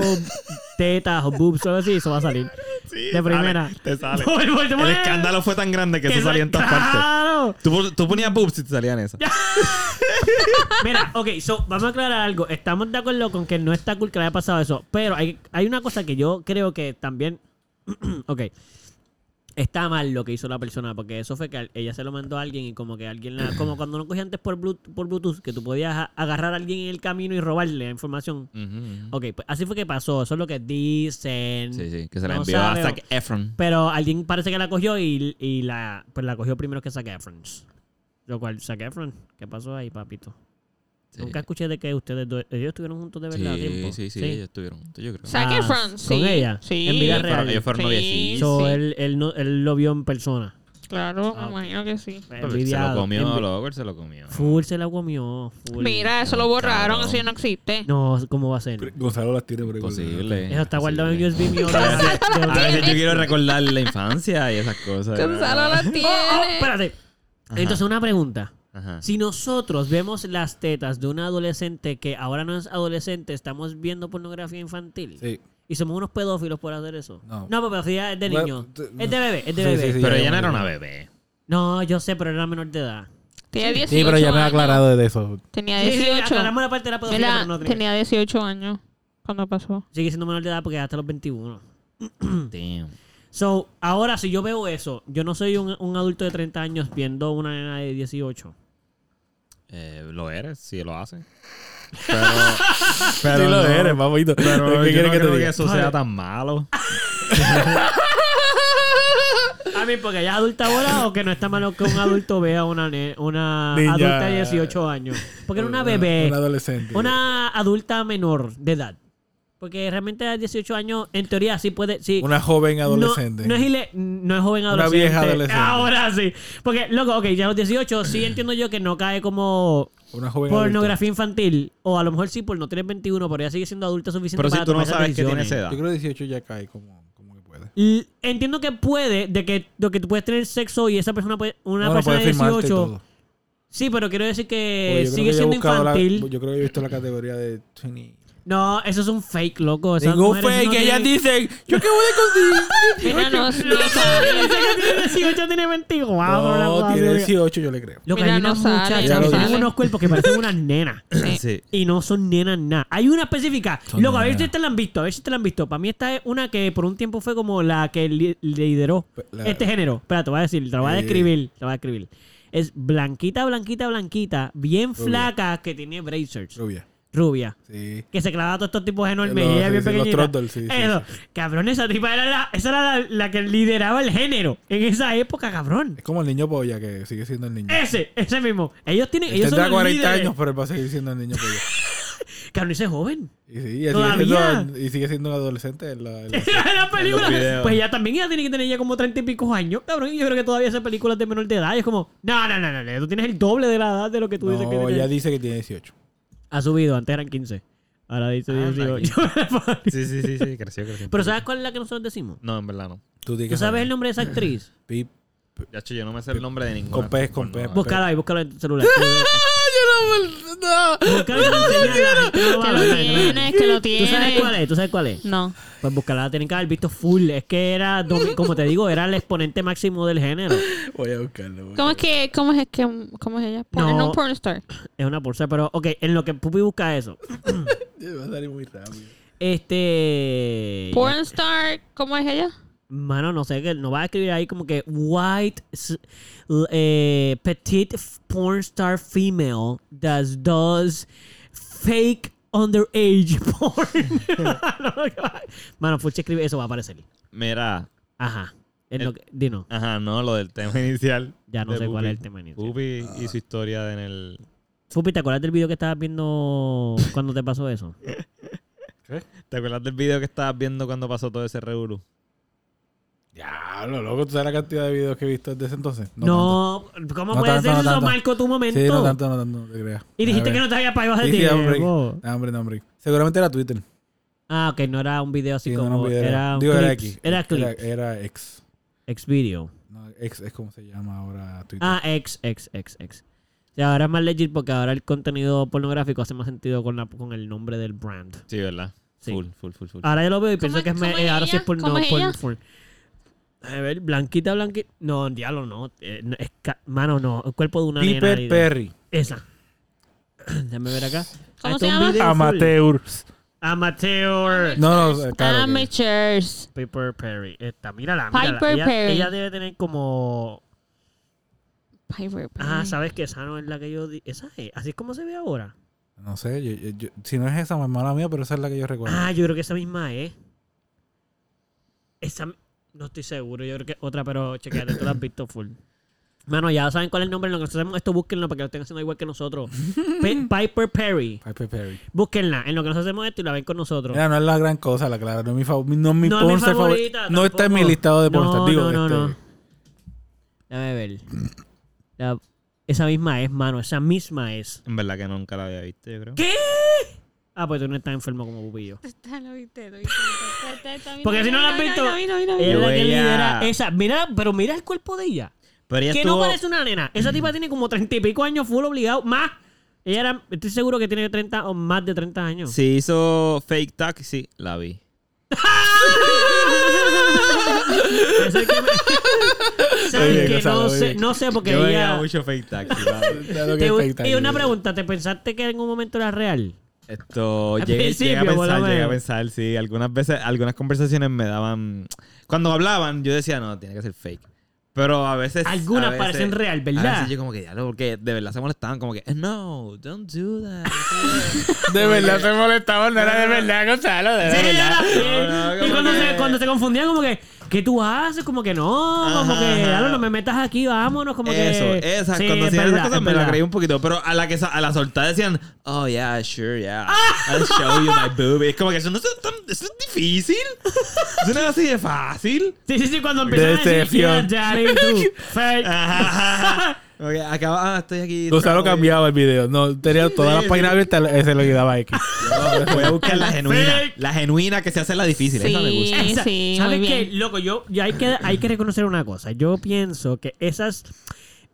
tetas o boobs o algo así, eso va a salir.
Sí,
de
sale,
primera.
te sale.
Por favor, te
El
mueres.
escándalo fue tan grande que
Que Ah.
eso salía en todas partes.
¡Claro!
Tú, pon- tú ponías boobs y te salían esas.
Mira, ok, so, vamos a aclarar algo. Estamos de acuerdo con que no está cool que le haya pasado eso. Pero hay, hay una cosa que yo creo que también. ok. Está mal lo que hizo la persona, porque eso fue que al- ella se lo mandó a alguien y como que alguien la. Como cuando no cogía antes por Bluetooth, por Bluetooth que tú podías a- agarrar a alguien en el camino y robarle la información.
Ujú.
Ok, pues así fue que pasó. Eso es lo que dicen.
Sí, sí, que se la
No
envió
sabe,
a Zac Efron.
Pero alguien parece que la cogió y, y la, pues la cogió primero que Zac Efron. Lo cual, Zac Efron, ¿qué pasó ahí, papito?
Sí.
Nunca escuché de que ustedes dos, ellos estuvieron juntos de verdad a tiempo.
Sí, sí, sí, ellos estuvieron. juntos, Yo creo.
Zac
Ah,
Efron, sí.
¿con ella?
Sí.
En vida
Ellos fueron-
real.
ellos fueron
Sí,
noviecitos.
So,
sí.
él, él no, él lo vio en persona.
Claro, me
Ah, ok.
imagino que sí.
se lo
Envidiado.
comió,
Envi-
loco, él se lo comió.
Full se la comió. full.
Mira, eso lo
Cabrón.
borraron, así no existe.
No, ¿cómo va a ser?
Pero Gonzalo las tiene por ahí guardadas.
Imposible.
Eso está guardado en
imposible.
USB mío.
A veces yo quiero recordar la infancia y esas cosas.
Gonzalo la
Oh, oh,
tiene.
espérate.
Ajá.
Entonces, una pregunta.
Ajá.
Si nosotros vemos las tetas de un adolescente que ahora no es adolescente, estamos viendo pornografía infantil.
Sí.
Y somos unos pedófilos por hacer eso.
No.
pero pedófilia es de
Bueno,
niño.
t-
Es de bebé, es de
Sí,
bebé.
sí, sí,
Pero
ya
ella no
me-
era una bebé.
No, yo sé, pero era menor de edad.
Tenía 18
Sí, pero ya me ha
años.
aclarado de eso.
Tenía
Eh, Sí, sí,
18.
aclaramos la parte de la pedofilia,
Mira,
pero no tenía.
tenía 18 años cuando pasó.
Sigue siendo menor de edad porque hasta los 21. Mm.
Damn.
So, ahora si yo veo eso, yo no soy un, un adulto de 30 años viendo una nena de 18.
Eh, lo eres, si lo haces. Pero.
Sí lo
no.
eres, papito.
Pero
¿Qué
yo
quieres
no
que te
creo
diga?
que eso sea tan malo.
A mí, porque ella es adulta ahora o que no está malo que un adulto vea una, ne- una
Niña.
adulta de 18 años. Porque era una bebé.
Una adolescente.
Una adulta menor de edad. Porque realmente a 18 años, en teoría, sí puede. Sí,
Una joven
No-
adolescente.
No, es, ile- no es joven
Una
adolescente.
vieja adolescente.
Ahora sí. Porque, loco, ok, ya a los 18 sí entiendo yo que no cae como
Una joven adulta.
pornografía infantil. O a lo mejor sí, por no tener 21, pero ya sigue siendo adulta suficiente
Pero si
para
tú no
tomar esas
sabes que tienes
decisiones.
edad.
Yo creo que 18 ya cae como, como que puede.
L- Entiendo que puede, de que, de que tú puedes tener sexo y esa persona puede, una
Bueno,
persona
puede
de
firmarte y
18.
todo.
Sí, pero quiero decir
Porque
que
yo
sigue
creo que yo he
siendo
buscado la-
infantil.
yo creo que he visto la categoría de 20.
No, eso es un fake, loco. Esas
Ningún
mujeres
fake,
no
ellas
tienen-
dicen, yo qué voy a conseguir.
Mira, no, no
Dice
sabe.
que tiene 18, tiene 24. la
No,
guagua,
tiene
mira.
18, yo le creo.
Lo que
Mira,
hay
no
unas
sale,
ya
muchachas
no
que tienen
sale.
unos cuerpos que parecen unas nenas.
Sí.
Y no son nenas nada. Hay una específica.
Son
Loco, a ver
nenas.
si te la han visto. A ver si te la han visto. Para mí esta es una que por un tiempo fue como la que li- lideró
La-
este género. Espera, te voy a decir. Te la voy a
Eh.
describir. Te la voy a describir. Es blanquita, blanquita, blanquita. Bien
Rubia.
flaca que tiene bracers.
Rubia.
Rubia.
Sí.
Que se clava a todos estos tipos enormes.
Los-
y ella bien
sí, sí, los
pequeñita.
trotdol, sí, sí,
Eso. Cabrón, esa tipa era la, esa era la- la que lideraba el género. En esa época, cabrón.
Es como el niño polla que sigue siendo el niño. Este
Ese, ese mismo. Ellos tienen,
Él
Eh, ellos son
tendrá
los
40
líderes.
años, pero él va a seguir siendo el niño polla.
Cabrón, ese es joven.
Y, sí, y, sigue,
¿Todavía?
siendo, y sigue siendo un adolescente en la, en la-
la película.
En los videos.
Pues ella también ella tiene que tener ya como treinta y pico años, cabrón. Y yo creo que todavía hace películas de menor de edad. Y es como, no, no, no, no, no, tú tienes el doble de la edad de lo que tú dices que
No,
tienes.
ella dice que tiene 18.
Ha subido, antes eran 15. Ahora dice
Ah,
18.
sí, sí, sí, sí, creció, creció.
Pero ¿sabes cuál es la que nosotros decimos?
No, en verdad no.
Tú, tienes
¿Tú
que
sabes
saber.
el nombre de esa actriz?
Pip.
Ya, yo no me sé el nombre de ninguna.
Con pez, con pez.
Porno.
Búscala ahí, búscala en tu celular. Búscala y te la enseñan a la gente, no va a
Que
hablar,
lo
no va a hablar.
tienes, que lo
¿Tú sabes cuál
tienes.
es? ¿Tú sabes cuál es?
No.
Pues buscarla la tienen que haber visto full. Es que era, domi- como te digo, era el exponente máximo del género.
Voy a buscarlo.
¿Cómo es que, cómo es que, cómo es ella?
No.
Porn, no. porn star.
Es una porza, pero ok, en lo que Pupi busca eso.
Va a salir muy rápido.
Este.
Porn star, ¿cómo es ella?
Mano, no sé, que no va a escribir ahí como que white s- l- eh, petite f- porn star female that does fake underage porn. Mano, Fuchi escribe eso, va a aparecer.
Mira,
Ajá. En
El-
lo que, dino,
ajá, no, lo del tema inicial.
ya no
de
sé
Pupi.
cuál es el tema inicial.
Pupi y su historia en el.
Fupi, ¿te acuerdas del video que estabas viendo cuando te pasó eso?
¿Te acuerdas del video que estabas viendo cuando pasó todo ese revolú?
Diablo, loco. ¿Tú sabes la cantidad de videos que he visto desde ese entonces?
No, ¿cómo
No
puede
tanto,
ser
no
eso,
tanto.
Marco, tu
tanto.
momento?
Sí, no tanto, no tanto. No te creas.
Y dijiste que no te había pagado de
Sí, sí, hombre.
tiempo.
No, Ah, hombre, no, hombre. Seguramente era Twitter.
Ah, ok, no era un video así
Sí, no
como.
era un video.
Era un
Digo, era
clips,
X.
Era clip.
Era, era X.
X-Video.
No, X es como se llama ahora Twitter.
Ah, X, X, X, X. O sea, ahora es más legit porque ahora el contenido pornográfico hace más sentido con, la, con el nombre del brand.
Sí, ¿verdad?
Sí.
Full, full, full, full.
Ahora yo lo veo y
¿Cómo
pienso que es,
es-
me-
cómo es
eh, ahora sí es
ella?
por, no,
¿Cómo es
por,
ella?
por- A ver, blanquita, blanquita. No, diablo, no. Eh, no, es ca- Mano, no. El cuerpo de una nena
Piper
ahí.
Perry.
Esa. Déjame ver acá.
¿Cómo
Ahí
se
está un
llama?
video full.
Amateur.
Amateur.
No, no, claro. que-
Amateurs.
Piper Perry. Esta, mírala, mírala.
Piper
ella,
Perry.
ella debe tener como...
Piper Perry.
Ah, ¿sabes qué? Esa no es la que yo... di- Esa es. Así es como se ve ahora.
No sé, yo- yo- yo- si no es esa, hermana mía, pero esa es la que yo recuerdo.
Ah, yo creo que esa misma es. Esa. No estoy seguro. Yo creo que otra, pero chequeate, tú la has visto full. Mano, ya saben cuál es el nombre. Lo que nosotros hacemos esto, búsquenlo para que lo estén haciendo igual que nosotros. Pe- Piper Perry.
Piper Perry.
Búsquenla. En lo que nosotros hacemos esto y la ven con nosotros.
Mira, no es la gran cosa, la clara. No es mi, fav- no es mi
No es mi
pornstar
favorita,
favor- No está en mi
tampoco.
listado de pornstar.
No, no,
Digo,
no,
este,
no. Déjame ver. La- esa misma es, mano. Esa misma es.
En verdad que nunca la había visto, yo creo.
¿Qué? Ah, pues tú no estás enfermo como Pupillo.
Está, lo viste, lo
Porque si no la has visto, Ella es la que
Yo ella-
lidera esa. Mira, pero mira el cuerpo de ella.
Pero ella
Que
estuvo...
no parece una nena. Esa tipa tiene como treinta y pico años, full obligado. Más. Ella era, estoy seguro que tiene 30 o más de 30 años.
Si hizo fake taxi, la vi.
Eso es que me- ¿Sabes
bien,
qué?
Gonzalo,
no,
muy
sé,
bien.
no sé, porque
Yo veía
ella.
mucho fake taxi. mano.
claro que
Te-
es fake
y una
taxi.
pregunta, ¿te pensaste que en un momento era real?
Esto
Al
llegué,
principio,
llegué a
por lo
pensar, llegué a
menos.
pensar, sí. Algunas veces, algunas conversaciones me daban. Cuando hablaban, yo decía, no, tiene que ser fake. Pero a veces.
Algunas
a veces-
parecen real,
A
¿verdad?
veces yo como que ya lo, porque de verdad se molestaban, como que, "Eh, no, don't do that.
De verdad se molestaban, no era de verdad, Gonzalo. De
Sí,
verdad.
No, no,
y
como
cuando,
que-
se, cuando se confundían, como que, ¿qué tú haces? Como que no, como
Ajá,
que,
ajá.
"Dalo, no me metas aquí, vámonos, como
Eso,
que.
esas,
Sí,
cuando
es
hacían
verdad,
esas cosas
es
me la
verdad.
creí un poquito, pero a la que sa- a la soltada decían, oh yeah, sure, yeah, I'll show you my boobie. Es como que eso no es tan, eso es difícil. Eso no es así de fácil.
Sí, sí, sí, cuando empezaron a decir, "Yeah,
Decepción.
daddy, tú, fake.
Como que acaba, ah, estoy aquí.
Gonzalo cambiaba el video. No, tenía todas las
sí.
páginas abiertas, eh, ese lo quedaba X.
Voy a buscar la genuina.
Fake.
La genuina que se hace la difícil. Esa me gusta.
Sí,
Esa-
sí,
¿Sabes
muy
qué?
bien.
Loco, yo, yo hay, que, hay que reconocer una cosa. Yo pienso que esas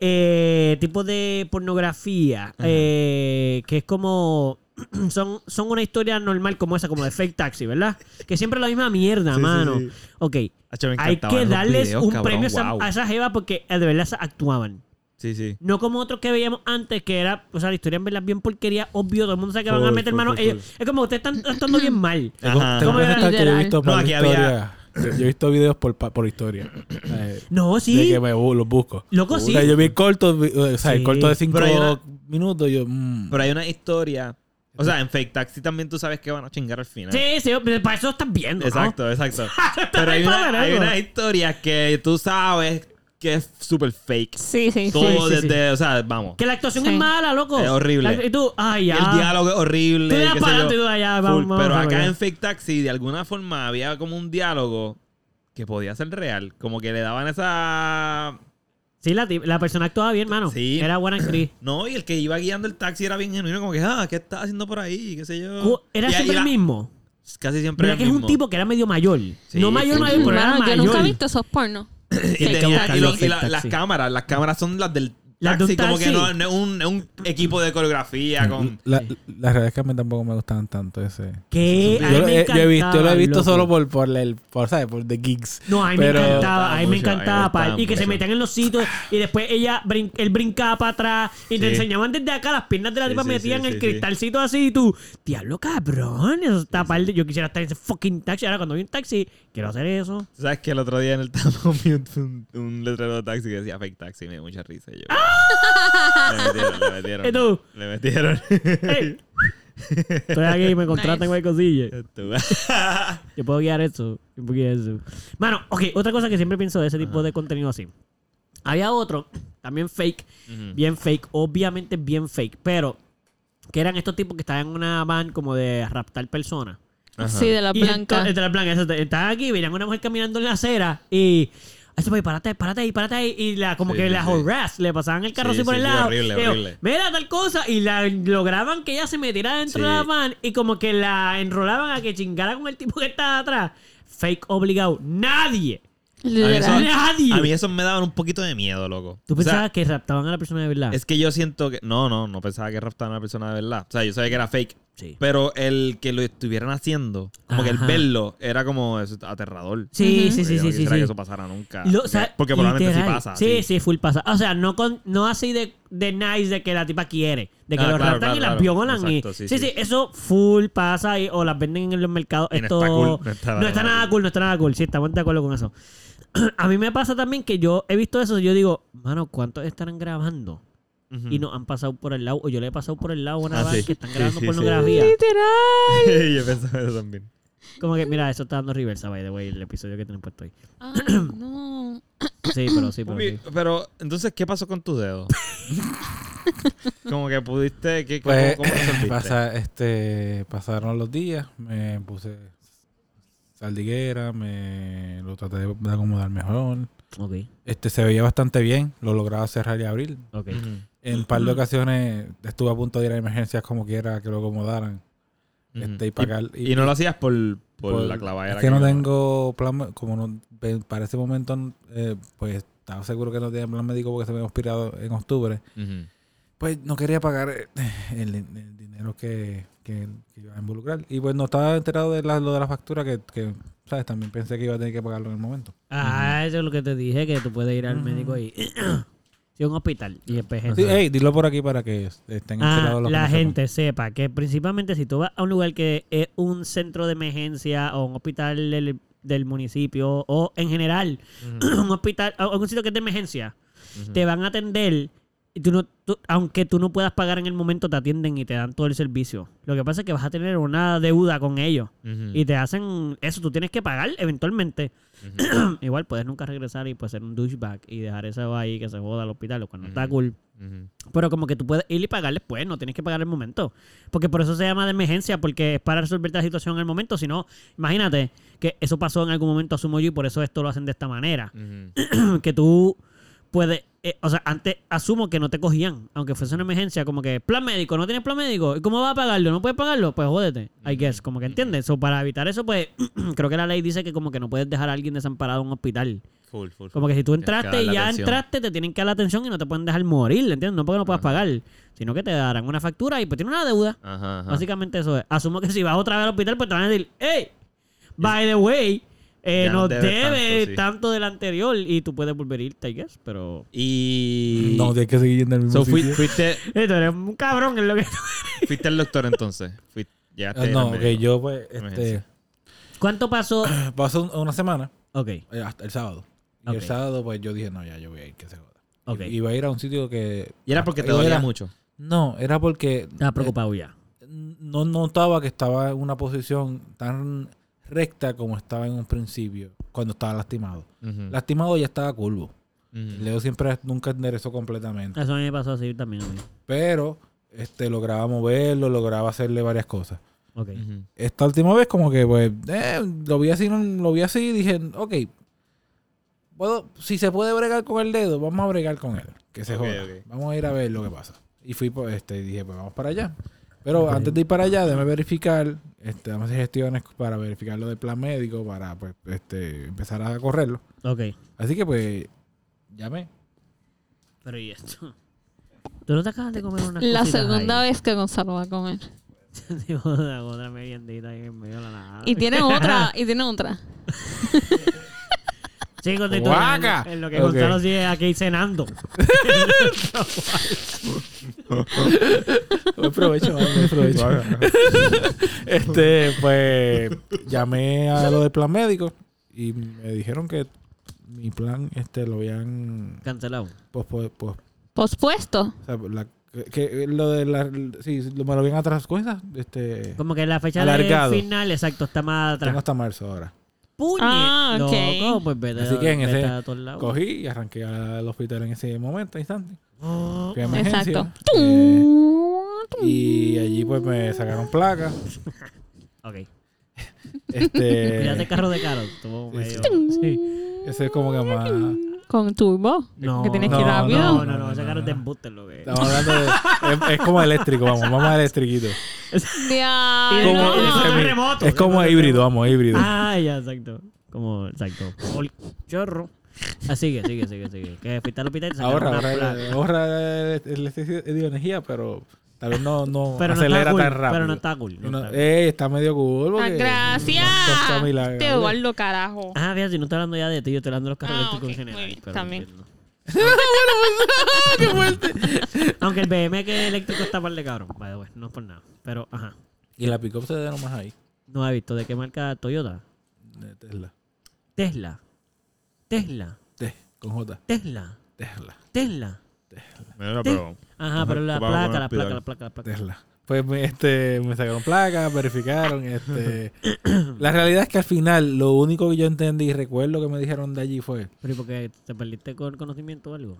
eh, tipos de pornografía eh, que es como. Son, son una historia normal como esa, como de fake taxi, ¿verdad? Que siempre es la misma mierda,
Sí, sí,
mano.
sí.
Ok.
Hacho, me
Hay
encantaban
que
los
darles
videos,
un
cabrón,
premio a esa-
wow.
a esas jevas porque eh, de verdad se actuaban.
Sí, sí.
No como otros que veíamos antes, que era, o sea, la historia en verdad bien porquería, obvio, todo el mundo sabe que van a
Full,
meter
full,
mano.
full,
ellos- Es como ustedes están actuando bien mal.
Ajá.
Te
¿Cómo
voy a
era?
contar que yo he visto
No,
por
aquí
historia. Yo he visto videos por, pa- por historia. Eh,
No,
De
sí.
que me bu- los busco.
Loco,
O
sí.
sea, yo vi cortos, vi- o sea,
Sí.
el corto de 5
Pero hay una-
minutos. Yo, mm.
Pero hay una historia. O sea, en Fake Taxi también tú sabes que van a chingar al final.
Sí, sí, pero para eso estás viendo. Exacto.
Exacto, exacto. Pero hay
Para ver
una, hay
algo.
una historia que tú sabes que es súper fake.
Sí, sí.
Todo
sí, sí.
desde, o sea, vamos.
Que la actuación
Sí.
es mala, loco.
Es horrible.
La- y tú, ay, ya.
El diálogo es horrible.
Tú le das
qué sé
para
yo.
adelante y tú allá,
Full.
vamos, vamos,
Pero
vamos,
acá
ya.
en Fake Taxi, de alguna forma, había como un diálogo que podía ser real. Como que le daban esa...
Sí, la, tip- la persona actuaba bien, mano.
Sí.
Era buena actriz.
No, y el que iba guiando el taxi era bien genuino, como que, ah, ¿qué estás haciendo por ahí? ¿Qué sé
Cu-
yo?
Era
Y- y
siempre
la-
el mismo.
Casi siempre
Mira
era
que
el
es
mismo.
un tipo que era medio mayor. no mayor,
sí,
mayor, pero era
Yo
mayor.
nunca he visto esos pornos.
Y,
hay que
tenía-
buscar
y
los
los- y la-
fake
las
taxi.
cámaras, las cámaras son las del taxi,
Las de un
como que
taxi. Mm,
no, no es un, es un equipo de coreografía con...
La, la realidad es que a mí tampoco me gustaban tanto ese.
¿Qué?
Yo
A mí
lo,
me
he, yo he visto, yo lo he
encantaba,
visto
loco.
solo por, por el, por, ¿sabes? Por The Gigs.
No, a mí
Pero-
me encantaba,
Me
a mí me
gustaba mucho,
encantaba.
me
pa- y
gustaba
que se
mucho.
metían en los sitios y después ella, brin- él brincaba para atrás y te
Sí.
enseñaban desde acá las piernas de la
Sí,
tipa,
sí,
metían
sí,
el
sí,
cristalcito así y tú, diablo cabrón, eso está par de- Yo quisiera estar en ese fucking taxi. Ahora cuando vi un taxi, quiero hacer eso.
¿Tú ¿Sabes que el otro día en el tapón vi un, un- un letrero de taxi que decía fake taxi? Me dio mucha risa. y Yo, Le metieron,
¿Y
le
tú?
metieron. Le metieron.
Ey, Estoy aquí y me contratan
Nice.
cualquier cosilla.
Tú-
Yo puedo guiar eso. Yo puedo guiar eso. Mano, ok, otra cosa que siempre pienso de ese tipo de contenido así. Había otro, también fake,
Ujú.
bien fake, obviamente bien fake, pero que eran estos tipos que estaban en una van como de raptar personas.
Ajá.
Sí, de la
Y
blanca.
ento- de las blancas, exacto. Estaban aquí, venían una mujer caminando en la acera y. Eso, pues, párate, párate ahí, párate ahí. Y la, como
Sí,
que
sí,
la
sí.
harass, le pasaban el carro
Sí,
así por
sí,
el
sí,
lado.
horrible,
Y yo,
horrible.
Mira tal cosa. Y la lograban que ella se metiera dentro
Sí.
de la van y como que la enrolaban a que chingara con el tipo que estaba atrás. Fake obligado. Nadie.
A mí, eso,
Literal.
Nadie.
a mí eso me daban un poquito de miedo, loco.
Tú
O sea,
pensabas que raptaban a la persona de verdad.
Es que yo siento que. No, no, no pensaba que raptaban a una persona de verdad. O sea, yo sabía que era fake.
Sí.
Pero el que lo estuvieran haciendo, como que el
Ajá.
verlo, era como es aterrador.
Sí,
Ujú.
sí, sí,
Yo no
sí, sí,
quisiera
sí.
que eso pasara nunca.
Lo- o
porque,
sea,
porque probablemente sí
literal.
pasa.
Sí, sí, full pasa. O sea, no, con, no así de, de nice de que la tipa quiere. De que
Ah,
los
claro,
raptan y
claro, claro.
las violan. y-
Exacto,
sí,
sí,
sí,
sí.
eso full pasa y- o las venden en los mercados.
Y no
Esto
está cool,
no está, nada cool, no está nada cool. Sí, estamos de acuerdo con eso. A mí me pasa también que yo he visto eso y yo digo, mano, ¿cuántos estarán grabando?
Ujú.
Y nos han pasado por el lado, o yo le he pasado por el lado a una
Ah,
vez
sí.
que están
Sí,
grabando
sí, sí.
pornografía.
Literal.
Yo pensaba eso también.
Como que, mira, eso está dando reversa, by the way, el episodio que tienen puesto hoy.
Ay, Ah, no.
Sí, pero sí, pero sí.
Pupi, Pero, entonces, ¿qué pasó con tu dedo? como que pudiste. ¿qué,
Pues,
¿Cómo, cómo resolviste?
pasa, este, pasaron los días, me puse saldiguera, me lo traté de de acomodar mejor.
Ok,
Este, se veía bastante bien, lo lograba cerrar y abrir.
ok.
Ujú.
En un par de ocasiones estuve a punto de ir a emergencias como quiera que lo acomodaran.
Ujú.
Este, y pagar-
y, y no lo hacías por, por,
Pues,
la clavadera.
Es que no
me-
tengo plan, me- como no, ve- para ese momento, eh, pues estaba seguro que no tenía plan médico porque se me había expirado en octubre.
Ujú.
Pues no quería pagar eh, el, el dinero que, que- que iba a involucrar. Y pues no estaba enterado de la- lo de la factura que, que, ¿sabes? También pensé que iba a tener que pagarlo en el momento.
Ah, eso es lo que te dije, que tú puedes ir al médico y... sí, un hospital y después gente.
Sí, hey, dilo por aquí para que estén
Ah,
enterados los que
la
no sepan.
gente sepa que principalmente si tú vas a un lugar que es un centro de emergencia o un hospital del, del municipio o en general un hospital o un sitio que es de emergencia, te van a atender y tú no, tú- aunque tú no puedas pagar en el momento, te atienden y te dan todo el servicio. Lo que pasa es que vas a tener una deuda con ellos
Ujú.
y te hacen eso, tú tienes que pagar eventualmente. Igual puedes nunca regresar y pues ser un douchebag y dejar eso ahí que se joda al hospital o cuando está
Ujú.
cool.
Ujú.
Pero como que tú puedes ir y pagar después, no tienes que pagar el momento. Porque por eso se llama de emergencia, porque es para resolver la situación en el momento. Si no, imagínate que eso pasó en algún momento, asumo yo, y por eso esto lo hacen de esta manera.
Ujú.
que tú puedes, eh, o sea, antes asumo que no te cogían, aunque fuese una emergencia, como que plan médico, no tienes plan médico, ¿y cómo vas a pagarlo? ¿No puedes pagarlo? Pues jódete, I guess, como que entiendes. So, para evitar eso, pues creo que la ley dice que como que no puedes dejar a alguien desamparado en un hospital.
Full, full,
Como que si tú
Tienes que
entraste
darle
y ya
atención.
entraste, te tienen que dar la atención y no te pueden dejar morir, ¿entiendes? No porque no puedas pagar, sino que te darán una factura y pues tienes una deuda.
Ajá, ajá.
Básicamente eso es. Asumo que si vas otra vez al hospital, pues te van a decir, hey, by the way, eh,
Ya
nos
nos debes
debe tanto,
tanto, sí.
del anterior y tú puedes volver a irte, I guess, pero...
Y.
No, tienes que seguir yendo al mismo
So, fui-
sitio.
fuiste,
Eh, tú eres un cabrón en lo que...
fuiste el doctor entonces. Fuiste, llegaste
Ah,
al
no, ok,
médico.
yo pues, este,
Emergencia.
¿Cuánto pasó?
pasó un- una semana.
Ok,
Eh, hasta el sábado. Y
Ok.
el sábado, pues yo dije, no, ya yo voy a ir, que se joda.
Ok.
Y- Iba a ir a un sitio que.
Y era porque te
Iba a ir
dolía
a-
mucho.
No, era porque.
estaba preocupado ya.
eh, no notaba que estaba en una posición tan recta como estaba en un principio, cuando estaba lastimado.
Ujú.
Lastimado ya estaba curvo.
Ujú.
Leo siempre nunca enderezó completamente.
Eso a mí me pasó así también a mí.
Pero este lograba moverlo, lograba hacerle varias cosas.
Ok.
Ujú.
esta última vez como que pues eh, lo vi así no- lo vi así y dije ok puedo- si se puede bregar con el dedo vamos a bregar con él que se
Ok,
joda
ok.
vamos a ir a ver lo que pasa y fui por este y dije pues vamos para allá pero antes de ir para allá déjame verificar este dame esas gestiones para verificar lo del plan médico para pues este empezar a correrlo
Ok.
así que pues llamé
Pero ¿y esto? ¿Tú no te acabas de comer una
La segunda vez que Gonzalo va a comer.
vez. otra meriendita ahí en medio de la nada.
Y tiene otra, y tiene otra.
Sí, con tu
Guaca.
En lo que
Ok.
Gonzalo sigue aquí cenando.
Buen provecho, mano, buen provecho. este, pues llamé a lo del plan médico y me dijeron que mi plan este lo habían
Cancelado.
pospo- pos-
Pospuesto.
o sea, la- que- que lo de la sí, lo- me lo habían atrás cosas, este
Como que la fecha
Alargado.
de final, exacto, está más
tengo
atrás.
hasta marzo ahora.
¡Puñe!
Ah, ok.
Loco, pues vete,
Así que en
vete
ese
a todos lados.
cogí y arranqué al hospital en ese momento, instante.
Oh,
Fui a emergencia,
Exacto.
eh, y allí pues me sacaron placa.
ok. Mira
Este
el carro de caro. Estuvo
Sí,
medio-
sí. Ese es como que más
Con turbo.
No,
que tienes que ir
No,
rápido.
No, no,
No,
no,
no,
ese
no,
carro es de
no.
embuste, lo que
Estamos hablando de. es, es como eléctrico, vamos, vamos a eléctriquito.
Diablo. Ah,
Como-
es
no,
semi-
remoto,
es como
remoto.
híbrido, vamos, híbrido.
Ah, ya, exacto. Como, exacto. Ol- Chorro. Ah, sigue, sigue, sigue, sigue. Que fuiste al hospital y te sacaron
ahora,
una
ahora,
placa.
ahora electricidad, digo, energía, pero Tal vez no, no
Pero no,
acelera
está cool,
tan rápido.
pero no está cool. no
Y uno,
está cool.
"Ey, está medio cool.
Ah,
porque
gracias.
no está milagro".
Te Eduardo, carajo.
Ah, fíjate, si no estoy hablando ya de ti, yo estoy hablando de los carros
Ah,
eléctricos
ok,
en general.
muy bien, Ah, pues,
pero pues,
también.
entiendo. Aunque el BM que eléctrico está par de cabrón, by the way, no es por nada. Pero, ajá.
Y la pick-up se ve nomás ahí.
No he visto de qué marca Toyota.
de Tesla.
Tesla. Tesla.
Te- con J.
Tesla.
Tesla.
Tesla.
Mira,
Te-
pero.
Ajá, pero la
Vamos a
placa, la
hospital.
placa, la placa, la placa.
Tesla. Pues me, este, me sacaron placas, verificaron. Este. la realidad es que al final, lo único que yo entendí y recuerdo que me dijeron de allí fue.
Pero ¿y por qué te perdiste con conocimiento o algo?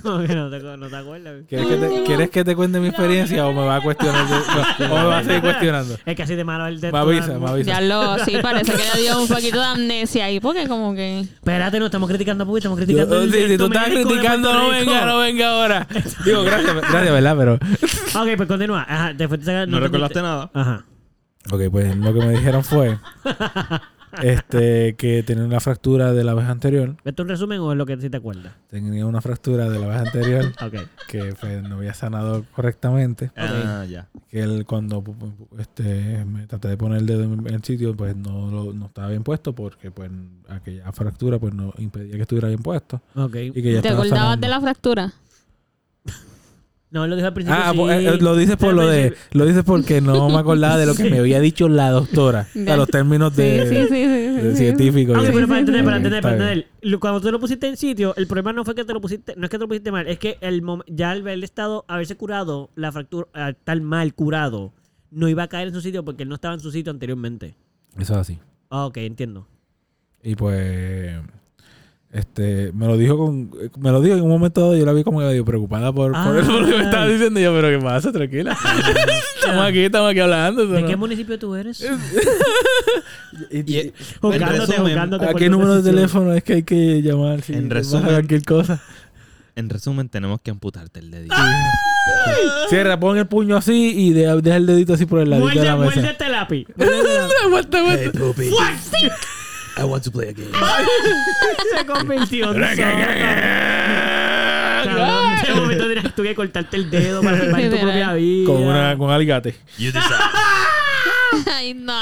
Como que no te, no te acuerdas?
¿Quieres que, te, ¿Quieres que te cuente mi experiencia o me va a cuestionar? de- o me va a seguir cuestionando?
Es que así de malo el de
Me avisa, me
Ya
avisa.
lo, sí, parece que le dio un poquito de amnesia ahí, porque como que.
Espérate, no estamos criticando porque estamos
Yo-
criticando. el
si, si tú
directo
estás
médico de
criticando,
Puerto
no
Rico.
venga, no venga ahora. Digo, gracias, gracias, ¿verdad? Pero.
Ok, pues continúa. Ajá, te fuiste a-
No
te-
recordaste nada.
Ajá.
Ok, pues lo que me dijeron fue este, que tenía una fractura de la vez anterior.
¿Esto es un resumen o es lo que sí te acuerdas?
Tenía una fractura de la vez anterior
Ok.
que pues, no había sanado correctamente.
Ah, ya.
Que él cuando pu- pu- este, me traté de poner el dedo en el sitio, pues no, lo- no estaba bien puesto porque pues aquella fractura pues no impedía que estuviera bien puesto.
Ok.
Y que ya
¿Te
estaba
acordabas
sanando.
de la fractura?
No, él lo dijo al principio.
Ah,
sí.
pues, eh, lo dices por
Al
lo de,
principio-
lo dices porque no me acordaba de lo que me había dicho la doctora, o sea, los términos de,
sí, sí, sí, sí, Ah,
de
sí.
científicos. y
Ok,
eso.
pero para entender, para
Ok,
entender, para
está bien.
entender. Lo- Cuando tú lo pusiste en sitio, el problema no fue que te lo pusiste, no es que te lo pusiste mal, es que el mom- ya al haber estado, haberse curado, la fractura, al estar mal curado, no iba a caer en su sitio porque él no estaba en su sitio anteriormente.
Eso es así.
Ah, ok, entiendo.
Y pues este me lo dijo con me lo dijo en un momento dado yo la vi como que medio preocupada por, por,
Ah.
por lo que me estaba diciendo Y yo, pero qué pasa, tranquila. estamos aquí, estamos aquí hablando. eso
¿De
no-
qué municipio tú eres?
Y- y-
En
Jugándote,
resumen,
jugándote.
¿A
por
qué
tu
número de
decisión.
teléfono es que hay que llamar si
En
pasa
resumen-
cualquier cosa?
En resumen, tenemos que amputarte el dedito.
Cierra, pon el puño así y de- deja el dedito así por el ladito de
Muerde,
la
muerde
mesa.
este lápiz.
Aguanta, aguanta.
I want to play a game.
Se convirtió en zorra. Cabrón, en ese momento tienes tú que cortarte el dedo para salvar tu propia vida.
Con una con aligate.
You decide.
Ay, no.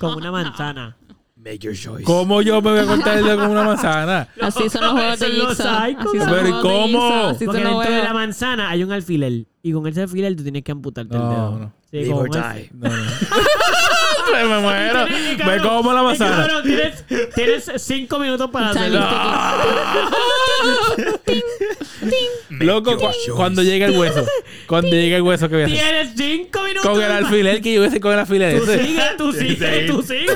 Con una manzana.
Make your choice.
¿Cómo yo me voy a cortar el dedo con una manzana?
Así son los juegos de
Son los
Jigsaw. Así son
psychos.
los
Pero, ¿y
juegos
cómo?
de Jigsaw. Así
Porque
son
dentro
los
de la
juegos.
manzana hay un alfiler. Y con ese alfiler tú tienes que amputarte
No,
el dedo.
no.
Sí,
Live
con
or
un
die.
No, no. Pues me muero.
alfiler.
Me
Cabrón,
como la manzana.
cabrón, tienes, tienes cinco minutos para
Saliste
hacerlo.
Loco, cu- cuando llega el hueso. Cuando llega el hueso que voy a hacer.
Tienes cinco minutos.
Con el
para-
alfiler que yo voy a hacer con el alfiler.
Tú
ese.
sigue, tú sigue, tú sigue.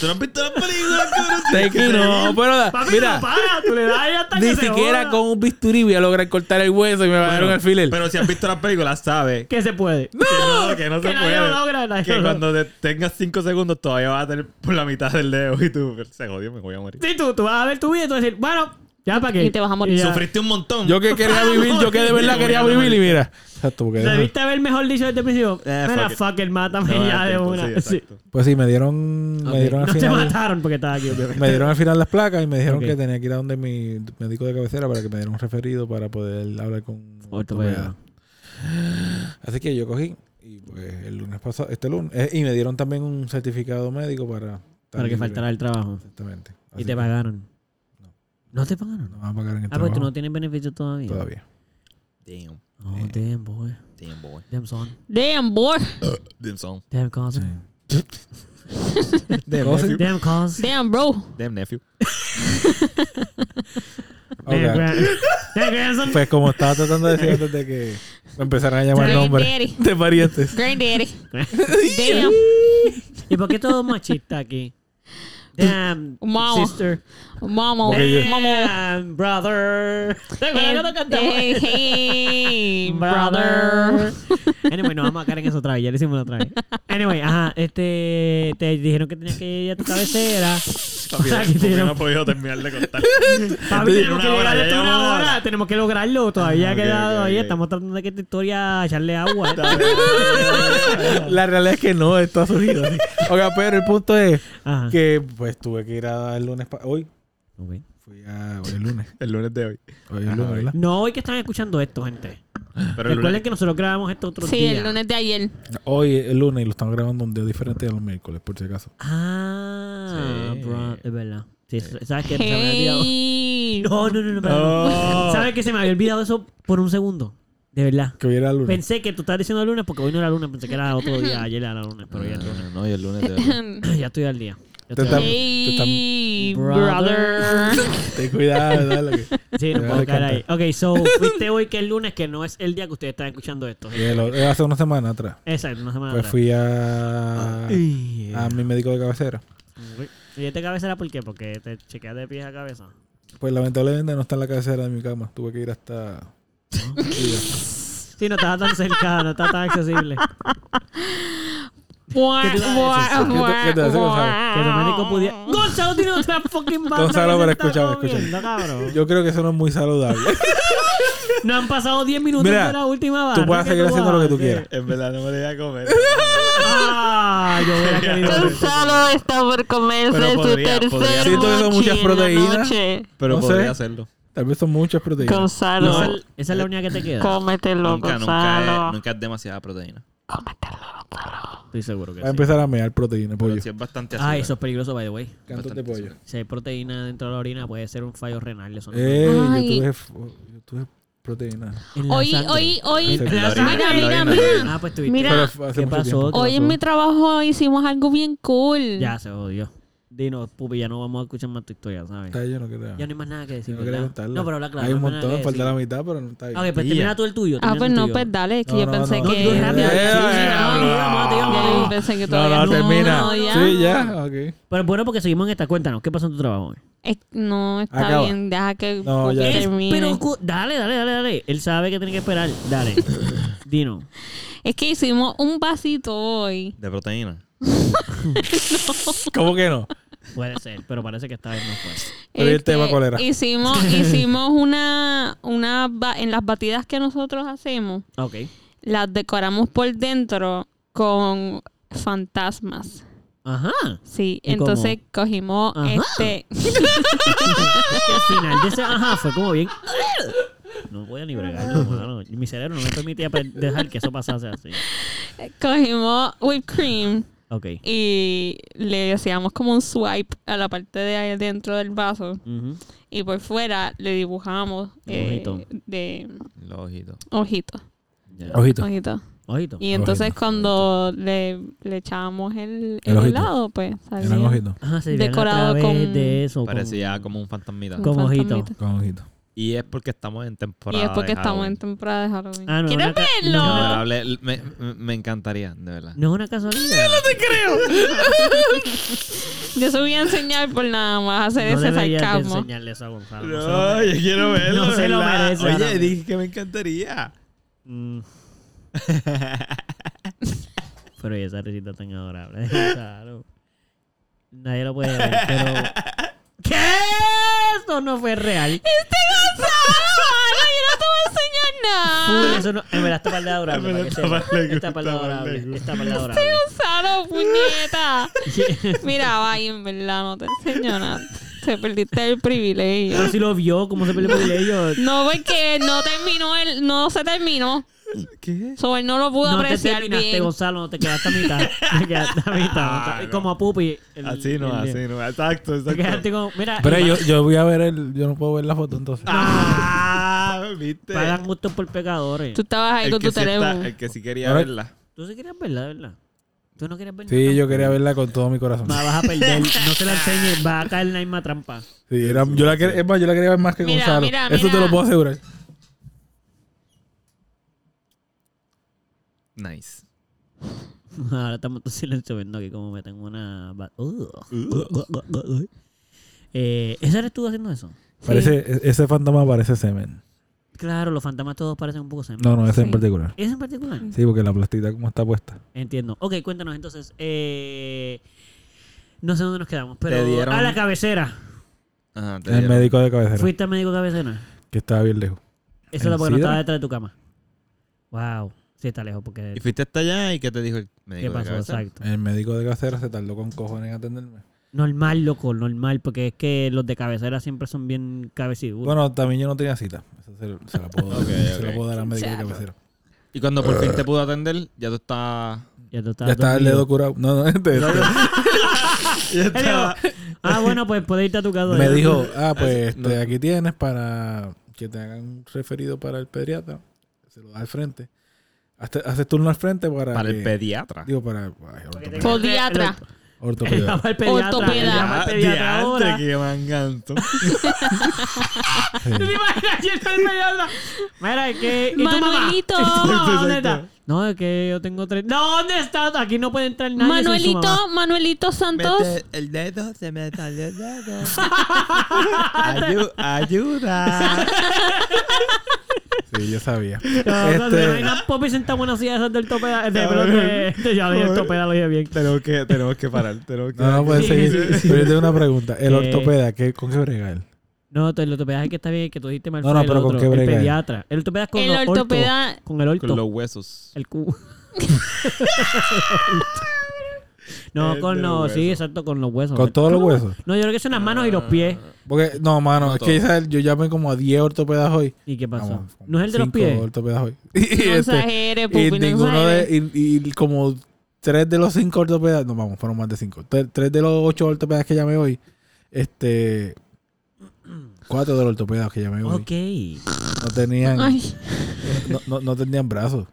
¿Tú no has visto la película, cabrón?
Tequi, no, pero da-
Papi, no
mira,
para, tú le das ahí hasta que
ni
se
siquiera
joda.
con un bisturí voy a lograr cortar el hueso y me va a dar un alfiler.
Pero si has visto la película, sabes
Que se puede.
que no, que no
Que
se
nadie
puede.
lo logra, nadie
que
lo logra.
cuando te- tengas 5 segundos todavía vas a tener por la mitad del dedo y tú se jodió, me voy a morir.
Sí, tú, tú vas a ver tu vida y tú vas a decir, bueno, ya para qué.
Y te vas a morir.
Y ya.
Sufriste un montón.
Yo que quería vivir, yo que de verdad quería vivir y mira. Exacto, porque-
Debiste haber mejor dicho desde el principio.
Eh,
Mira,
fuck it.
fucker, mátame
No,
ya de
exacto,
una.
sí, exacto.
Pues sí, me dieron,
Ok.
me dieron al
No te
final.
mataron porque estaba aquí, obviamente.
Me dieron al final las placas y me dijeron
Ok.
que tenía que ir a donde mi médico de cabecera para que me diera un referido para poder hablar con un
Ortopeda.
ortopeda. Así que yo cogí y pues el lunes pasado, este lunes, eh, y me dieron también un certificado médico para
Para que faltara el trabajo.
Exactamente.
Y
Así
te
que
pagaron. No te pagaron.
No me van a pagar en el
Ah, pues tú
trabajo
no tienes beneficios todavía.
todavía.
Damn.
Oh, damn, boy.
Damn, boy.
Damn, son.
Damn, boy.
Damn son.
Damn, cousin.
De
Cosa-
Damn, cousin.
Damn, bro.
Damn, nephew.
Damn, grand- damn, grandson.
Pues como estaba tratando de decir antes de que me empezaran a llamar
Daddy,
nombres
daddy.
de parientes.
Granddaddy. Damn.
¿Y por qué todo machista aquí? Damn,
Wow.
sister.
Mama. Mama.
Damn, brother. Eh, ¿Te acuerdas cuando cantamos?
Hey, hey,
Brother.
brother.
Anyway, no vamos a caer en eso otra vez. Ya lo hicimos la otra vez. Anyway, ajá. Este, te dijeron que tenías que ir a tu cabecera.
Papi,
sea, que
papi,
tiene-
no he podido terminar de contar.
Papi, tenemos que
Una hora,
llegar
ya
hasta una
llevamos una
hora.
hora.
Tenemos que lograrlo. Todavía
Ah, ok,
queda,
ok,
todavía
ok.
estamos tratando de que esta historia echarle agua. ¿eh?
La realidad es que no, esto ha surgido así. Oiga, pero el punto es
Ajá.
que pues tuve que ir a el lunes pa- hoy.
Ah. Ok.
Fui a hoy es lunes.
El lunes de hoy.
Hoy es
Ajá,
lunes, ¿verdad?
No hoy que están escuchando esto, gente.
Pero el
Recuerden
lunes,
que nosotros grabamos esto otro
Sí,
día.
el lunes de ayer.
Hoy es lunes y lo estamos grabando un día diferente a los miércoles, por si acaso.
Ah,
Sí.
bro, es verdad. Sí, ¿Sabes qué? Se me había olvidado.
Hey.
No, no, no, no. espérate.
Oh.
¿Sabes que se me había olvidado eso por un segundo? De verdad.
Que hoy era lunes.
Pensé que tú estabas diciendo el lunes porque hoy no era lunes, pensé que era otro día, ayer era lunes, pero ya es lunes.
Ah, no, y el lunes de-
Ya estoy al día. Ya
Te
estoy al día.
Hey,
Brother.
brother.
Ten cuidado, dale. que-
Sí, no
Ya
puedo
le
caer ahí.
canté.
Ok, so fuiste hoy que es lunes, que no es el día que ustedes están escuchando esto.
que lo- eh, hace una semana atrás.
Exacto, una semana
Pues
atrás.
fui a,
Ay,
a mi médico de cabecera.
ok. ¿Y este cabeza era por qué? Porque te chequeas de pies a cabeza.
Pues lamentablemente no está en la cabecera de mi cama. Tuve que ir hasta.
Sí, no estaba tan cerca, no estaba tan accesible.
Buah,
¿Qué te iba a
buah,
decir?
buah,
¿Qué te- qué te iba a decir, Gonzalo?
Que tu médico pudiera. ¡Gonzalo tiene otra fucking barra! que
Gonzalo,
se
pero
está
escúchame,
comiendo, cabrón.
Yo creo que eso no es muy saludable.
No han pasado 10 minutos
Mira,
de la última barra.
tú puedes
que
seguir haciendo lo que tú
haces.
quieras.
En verdad no me voy a comer.
¡Ah! Yo hubiera querido.
Gonzalo está por comerse
Pero
su
podría- podría.
tercer
Siento que son
mochi
muchas
en la
proteínas.
noche.
Pero
No sé.
podría hacerlo.
Tal vez son muchas proteínas.
Gonzalo,
Esa es- Esa es la única que te queda.
cómetelo,
nunca, nunca
Gonzalo.
es, nunca es demasiada proteína.
Estoy seguro que
Va
sí.
a empezar a mear proteína,
Pero
pollo.
sí es bastante azúcar.
Ah, eso es peligroso, by the way.
Cantos de
bastante
pollo.
Si hay proteína dentro de la orina, puede ser un fallo renal. Eso no-
Eh,
Ay.
yo tuve, f- oh, yo tuve proteína.
En la
Hoy,
sangre.
hoy, hoy.
En
orina,
la
Mira,
en la
mira,
orina.
mira.
Ah, pues tuviste.
Mira,
Pero fue hace
¿Qué
mucho
pasó?
tiempo.
¿Qué
Hoy en mi
pasó?
trabajo hicimos algo bien cool.
Ya se jodió. Dino, pupi, ya no vamos a escuchar más tu historia, ¿sabes?
Está, yo no creo.
Ya no hay más nada que decir.
Yo no quería
¿verdad?
contarla.
No, pero habla claro.
Hay un
no hay más
montón,
nada que
falta la
decir.
mitad, pero no está bien.
Ah, Ok, pues
Tía.
termina tú el tuyo.
Ah,
termina
pues
el
no,
tuyo.
pues dale, que
No,
yo
no,
pensé
no.
No,
que.
tú rápido.
Eh,
Sí, sí,
eh,
no, no, no, te digo,
Ya
no.
yo pensé que
No,
todavía
no, termina.
no, ya.
Sí, ya, ok.
Pero bueno, porque seguimos en esta. Cuéntanos, ¿qué pasó en tu trabajo hoy?
Es- no, está
Acaba.
bien, deja que
No, ya.
que
Es-
termine.
pero cu- dale, dale, dale, dale. Él sabe que tiene que esperar. Dale. Dino.
Es que hicimos un vasito hoy.
De proteína.
¿Cómo que no?
Puede ser, pero parece que esta vez no fue.
Pero ¿y el tema cuál era?
Este, Hicimos, hicimos una, una ba- en las batidas que nosotros hacemos,
Ok.
las decoramos por dentro con fantasmas.
Ajá.
Sí,
¿Y cómo?
entonces cogimos
Ajá.
este.
Que al final de ese ajá fue como bien. No podía ni bregarlo, mano. Mi cerebro no me permitía pre- dejar que eso pasase así.
Cogimos whipped cream
Ok.
y le hacíamos como un swipe a la parte de ahí dentro del vaso.
Ujú.
Y por fuera le dibujamos
Un
eh,
ojito.
de
Los ojitos.
ojito.
Ojito.
ojito.
Ojito.
Y entonces
Ojito.
cuando le, le echábamos el,
El
el,
ojito.
helado, pues
Eran
salía.
ojitos.
Ajá, se veían
Decorado
a través
con-
de eso. con-
Parecía como un fantasmita.
un
Con ojito.
fantasmita.
Con ojitos.
Y es porque estamos en temporada.
Y es porque
de
estamos en
Halloween.
temporada de Halloween.
Ah, no,
¿Quieres
una ca-
verlo?
no,
No, hable- me, me- me encantaría, de verdad.
No es una casualidad.
Yo se voy a enseñar por nada más hacer
No
ese
deberías de
sarcasmo.
enseñarle eso a Gonzalo. no se lo
No, yo quiero verlo.
No se lo
¿verdad?
merece,
Oye,
Aram.
dije que me encantaría.
Mm. pero y esa risita tan adorable. Claro. Nadie lo puede ver, pero. ¿Qué? Esto no fue real.
¡Este ¡Gonzalo! ¡Ay,
Uy,
no te voy a enseñar nada!
eso no. En verdad, esta parte adorable. para que sepa. Esta parte adorable. Esta parte adorable.
¡Gonzalo, puñeta! Mira, vaya, en verdad, no te enseño nada. Te perdiste el privilegio.
Pero si lo vio, ¿cómo se peleó por ellos?
No, porque no terminó el, no se terminó.
¿Qué?
So, él no lo pudo
no te
apreciar
terminaste,
bien.
Gonzalo, no te quedaste a mitad. Te quedaste a mitad.
Ah,
no te-
no.
Como a Pupi. el-
Así no,
el-
así no. Exacto,
Te quedaste
exacto.
como. Mira,
Pero
y
yo, yo voy a ver el. Yo no puedo ver la foto entonces.
Ah, viste.
pagan justo por pecadores.
Tú estabas ahí
El
con
que,
tu
sí está-
teléfono.
el que sí quería
Ahora-
verla.
Tú sí querías verla, de ¿verdad? Tú no querías verla.
Sí, yo quería verla con todo mi corazón.
Va, vas a perder. No se la enseñes. Va a caer en la misma trampa.
Sí, era- yo la quería, es más, yo la quería ver más que
Mira,
Gonzalo.
mira,
Eso te
mira.
lo puedo asegurar.
Nice.
Ahora estamos todos silencio viendo que como meten una... ba- Uh. Eh, ¿Esa eres tú haciendo eso?
Parece, e- ese fantasma parece semen.
Claro, los fantasmas todos parecen un poco semen.
No, no, ese en
Sí.
particular.
¿Es en particular?
Sí, porque la plastita como está puesta.
Entiendo. Ok, cuéntanos entonces. Eh, no sé dónde nos quedamos, pero
Te dieron-
a la cabecera.
Ajá, te
El
dieron.
médico de cabecera.
¿Fuiste al médico cabecera?
Que estaba bien lejos.
Eso era porque no
¿Sida?
estaba detrás de tu cama. Wow. Sí, está lejos porque...
Y fuiste hasta allá y ¿qué te dijo el médico?
¿Qué
de
pasó?
cabecera?
Exacto.
El médico de cabecera se tardó con cojones en atenderme.
Normal, loco, normal, porque es que los de cabecera siempre son bien cabecidos.
Bueno, también yo no tenía cita. Esa se, se la puedo dar.
Ok,
se
ok.
la puedo dar a médica de
Chacho.
cabecera.
Y cuando por fin te pudo atender, ya tú estás.
ya tú estás
Ya está el
dormido.
dedo curado. No, no, este, este.
Ya
Él dijo, ah, bueno, pues puedes irte a tu casa.
Me
ya".
dijo, ah, pues
no.
este, aquí tienes para que te hagan referido para el pediatra. Se lo da al frente. Hazte- Haces turno al frente para.
Para el
que-
pediatra.
Digo, para. ay, ortopeda.
tenga-
Podiatra.
Él
Ortopeda.
llama al pediatra.
Ortopeda.
él llama al pediatra ahora.
que manganto.
¿Te imaginas yendo al pediatra? Mira, es que. ¿Y tu mamá?
Manuelito.
¿Y tu mamá ¿Dónde
Exacto,
está? No, es que yo tengo tres. No, ¿dónde está? Aquí no puede entrar nadie. sin su mamá.
Manuelito, Manuelito Santos.
El dedo se me salió el dedo.
ayuda.
Sí, yo sabía.
No, no,
Este-
no, no, Poppy sentado en una silla de esas del topeda. De, pero de, de- ya dije el topeda, lo dije bien.
Este-
tenemos, que, tenemos que parar. Tenemos que...
No, no puedes
Sí,
seguir.
sí, sí.
Pero yo tengo una pregunta. El
Eh,
ortopeda, ¿qué, ¿con qué brega él?
No, el ortopeda es que está bien, que tú dijiste mal.
No,
fue
no,
el
pero ¿con
otro,
qué
El
brega?
pediatra. El ortopeda es con
El
los orto,
ortopeda-
Con el orto.
Con los huesos.
El cu. no,
El
con
de
los.
los
Sí,
huesos.
exacto, con los huesos.
¿Con todos los huesos?
No, yo creo que son las manos y los pies.
Porque, no, mano, es que ¿sabes? yo llamé como a 10 ortopedas hoy.
¿Y qué pasó?
Vamos,
¿No es el de los
cinco
pies?
ortopedas hoy. Y,
No
este,
exageres,
y
Pupi, no
ninguno
exageres.
¿eh?
de. Y, y como tres de los cinco ortopedas. No, vamos, fueron más de cinco. Tres, tres de los ocho ortopedas que llamé hoy. Este. Cuatro de los ortopedas que llamé hoy.
Ok.
No tenían.
Ay,
No, no, no tenían brazos.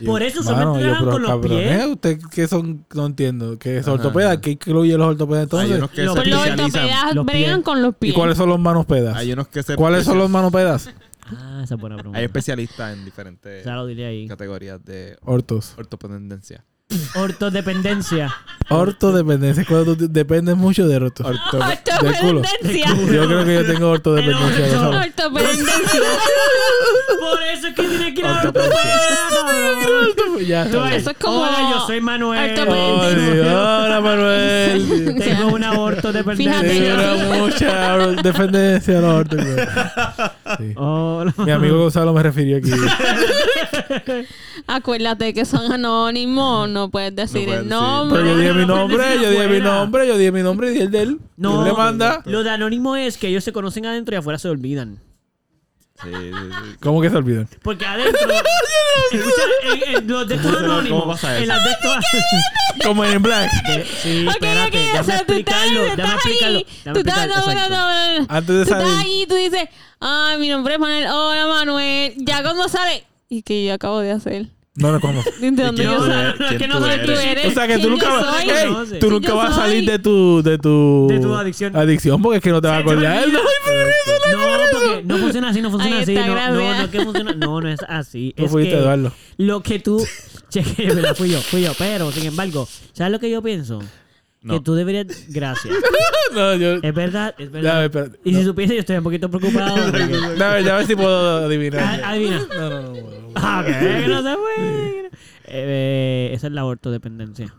Y
Por
yo,
eso solamente
mano, yo,
trabajan
pero
con los
cabrones,
pies.
¿Usted qué son? No entiendo. ¿Qué es
Ajá,
ortopeda?
ajá.
¿Qué incluye los ortopedas entonces?
hay unos que
Los-
se
Con los
especializan.
ortopedas
Los
bregan
pies.
con los
¿Y
pies.
cuáles son los manopedas?
Hay unos que se
¿Cuáles son los manopedas?
Ah, esa es buena pregunta.
Hay especialistas en diferentes
Ya lo diré ahí.
categorías de
Ortos.
ortopendencia.
Ortodependencia.
Ortodependencia. es Cuando tú dependes mucho de ortos. del culo.
Ortopedencia.
Yo creo que yo tengo ortodependencia.
El
lo sabes.
Ortopedencia.
Por eso es que tiene que ir a la
Ortopedia.
ortopeda, cabrón.
Ya.
Tú ves,
Eso es como
Hola, yo soy Manuel.
ortopedencia.
Ay, Dios, Hola, Manuel.
Tengo una
Fíjate.
ortodependencia.
Tengo mucha dependencia de los ortos. güey. Sí.
Hola.
Mi amigo Gonzalo me refirió aquí.
Acuérdate que son anónimos. No puedes decir
puedes
el
decir.
nombre.
Pero yo dije mi
no puedes
nombre,
decir
yo dije mi
afuera.
nombre, yo dije mi nombre y el de él.
No,
No. le manda?
lo de anónimo es que ellos se conocen adentro y afuera se olvidan.
Sí, sí, sí.
¿Cómo que se olvidan?
Porque adentro. Escucha, en, en los de estos
¿Cómo se- cómo
anónimos.
pasa
En
eso?
las de estos.
Como en Black.
Sí,
Ok,
espérate,
ok, o
déjame
sea, tú estás
explicarlo.
ahí,
Déjame
tú estás
explicarlo.
ahí,
déjame
Tú estás
explicarlo, exacto.
enamorado.
Antes de
Tú estás
salir.
ahí y tú dices, ay, mi nombre es Manuel. Hola, Manuel. Ya cuando sale. ¿Y que yo acabo de hacer?
No lo conozco.
¿De dónde
quién
yo
tú
salgo?
eres?
no, es que
¿Quién
no
tú
sé
eres?
tú eres.
O sea que tú
¿Quién
nunca,
yo
vas, Ey,
soy?
No sé.
tú
¿Quién
nunca
yo
vas a
soy?
salir de tu, de tu
De tu adicción.
Adicción, porque es que no te vas a
Se te
acordar.
olvida.
No,
No, porque no funciona así, no funciona
Ahí
así.
está,
No, no,
gracias.
no, que funciona. No, no es así.
Tú
es
fuiste,
que
Eduardo.
Lo que tú. Cheque, ¿verdad? fui yo, fui yo. Pero, sin embargo, ¿sabes lo que yo pienso?
No.
Que tú deberías. Gracias.
no, yo.
Es verdad, es
Ya,
verdad.
espérate.
Y si supiese, yo estoy un poquito preocupado. porque- ah,
Ya, a ver, ya a ver si puedo
A-
adivinar.
Adivina.
No, no, no. no.
Ah, que no se puede. Eh, eh, esa es la ortodependencia.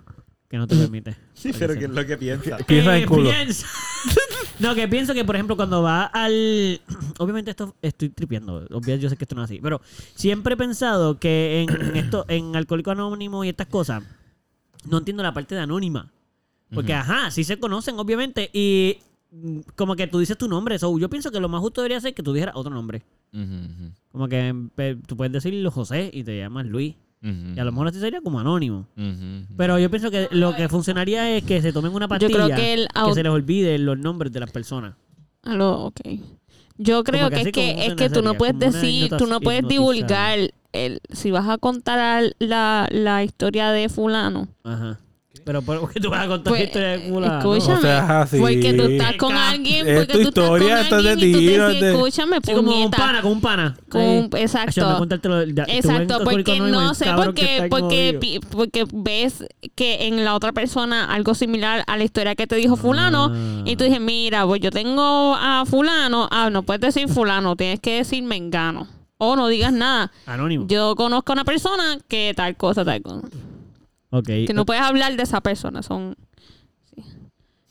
Que no te permite.
Sí, pero que es lo que piensa.
Piensa
Eh,
en culo.
piensa- No, que pienso que, por ejemplo, cuando va al. Obviamente, esto estoy tripeando. Obviamente, yo sé que esto no es así. Pero siempre he pensado que en esto, en Alcohólico Anónimo y estas cosas, no entiendo la parte de anónima. Porque, ajá, sí se conocen, obviamente. Y mm, como que tú dices tu nombre. So, yo pienso que lo más justo debería ser que tú dijeras otro nombre.
Ujú, ujú,
Como que pe- tú puedes decirlo José y te llamas Luis.
ujú.
Y a lo mejor así sería como anónimo.
Ujú, ujú.
Pero yo pienso que lo que funcionaría es que se tomen una
Yo
pastilla
creo que el au-
se les olvide los nombres de las personas.
Aló, ok. Yo creo
que
que,
así
es
como
que, es
una
que tú no
nazaria,
puedes
como una
decir, tú no
hipnotas-
puedes
hipnotizada.
divulgar. El, si vas a contar al- la, la historia de fulano.
Ajá. Pero ¿por qué tú vas a contar
Pues,
la historia de Cula?
escúchame.
O sea, ajá, sí.
Porque tú estás
Es
con
ca-
alguien.
es
Porque
tu
tú estás
historia,
con
estás de
alguien y tú te
tiro,
dices,
de-
escúchame,
Sí, como un
puñeta".
pana, con un pana.
Con
Sí.
un- exacto.
Ay, yo ando a contártelo de- de-
Exacto,
estuve en
porque
Alcohólicos
no
Anónimos,
sé,
cabrón, que
porque,
está
porque,
conmovido.
pi- porque ves que en la otra persona algo similar a la historia que te dijo fulano
Ah.
y tú dices, mira, pues yo tengo a fulano, ah, no puedes decir fulano, tienes que decir mengano o no digas nada.
Anónimo.
Yo conozco a una persona que tal cosa, tal cosa.
ok.
Que no puedes hablar de esa persona, son...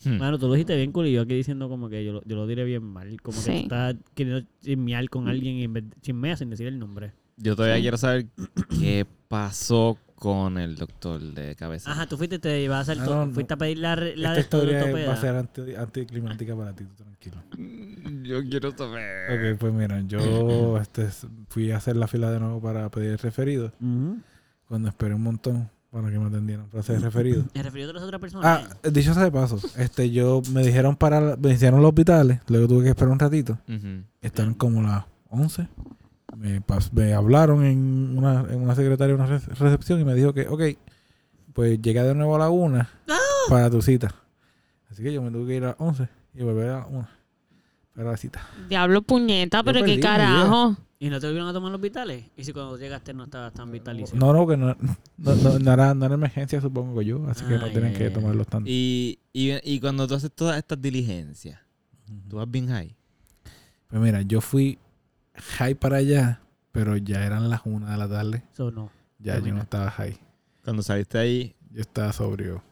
Mano, tú lo dijiste bien cool y yo aquí diciendo como que yo lo, yo lo diré bien mal. Como que
Sí. Mm.
tú estás queriendo chismear con alguien y en vez de chismear sin decir el nombre.
Yo todavía quiero saber qué pasó con el doctor de cabeza.
Ajá, tú fuiste, te llevas a hacer
No,
todo.
Ah, no,
Fuiste a pedir la, re- la
Esta historia
ortopeda.
va a ser anti- anticlimática para ti, tú tranquilo.
Mm, Yo quiero saber.
Ok, pues mira, yo este, fui a hacer la fila de nuevo para pedir referido.
Ujú.
Cuando esperé un montón para que me atendieran para hacer referido.
¿El referido de las otras personas?
Ah, dicho sea de paso, este, yo me dijeron para, la- me hicieron los hospitales, luego tuve que esperar un ratito.
Ujú.
Están como las 11. Me, pas- me hablaron en una, en una secretaria, una rece- recepción y me dijo que, ok, pues llega de nuevo a la 1 para tu cita. Así que yo me tuve que ir a las 11 y volver a la 1 para la cita.
Diablo puñeta, pero
perdí
qué
mi
carajo.
¿Y no te volvieron a tomar los vitales? ¿Y si cuando llegaste no estabas tan vitalicio?
No, no, que no, no, no, no era, no era emergencia, supongo yo, así que
Ah,
no
ya,
tienen
ya,
que
ya.
tomarlos tanto.
Y, y, y cuando tú haces todas estas diligencias, tú vas bien high.
Pues mira, yo fui high para allá, pero ya eran las 1 de la tarde.
Eso no.
Ya yo no estaba high.
Cuando saliste ahí,
Yo estaba sobrio.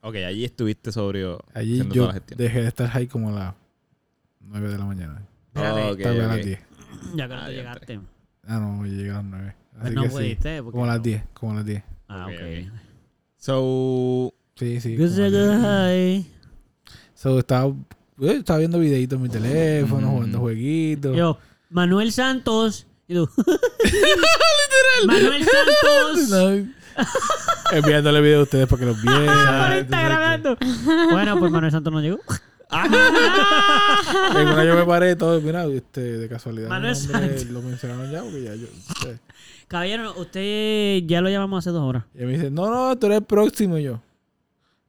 ok, allí estuviste sobrio.
Allí
haciendo
yo
todas las gestiones.
dejé de estar high como a las 9 de la mañana.
Espérate,
Ok,
Tal vez a
ok.
las 10.
Ya que no
Ah,
te
ya
llegaste.
Ah, no, yo llegué a las 9. Así
Pues no
que sí.
pudiste. porque
Como a las
no.
10, como a las 10.
Ah,
Ok,
ok.
ok. So,
Sí, sí.
Good
como a las 10.
day.
So, estaba, yo estaba viendo videitos en mi teléfono,
Mm.
jugando jueguitos.
Yo, Manuel Santos. Y tú. Manuel Santos.
No. Enviándole videos a ustedes para que los vieran.
Por
Entonces,
Instagram. Bueno, pues Manuel Santos no llegó.
Eh, bueno, yo me paré y todo, mira, este, de casualidad. mi
Manuel
nombre
Sánchez.
lo mencionaron ya, porque ya yo. eh.
Caballero, usted ya lo llamamos hace dos horas.
Y él me dice, no, no, tú eres el próximo. Y yo,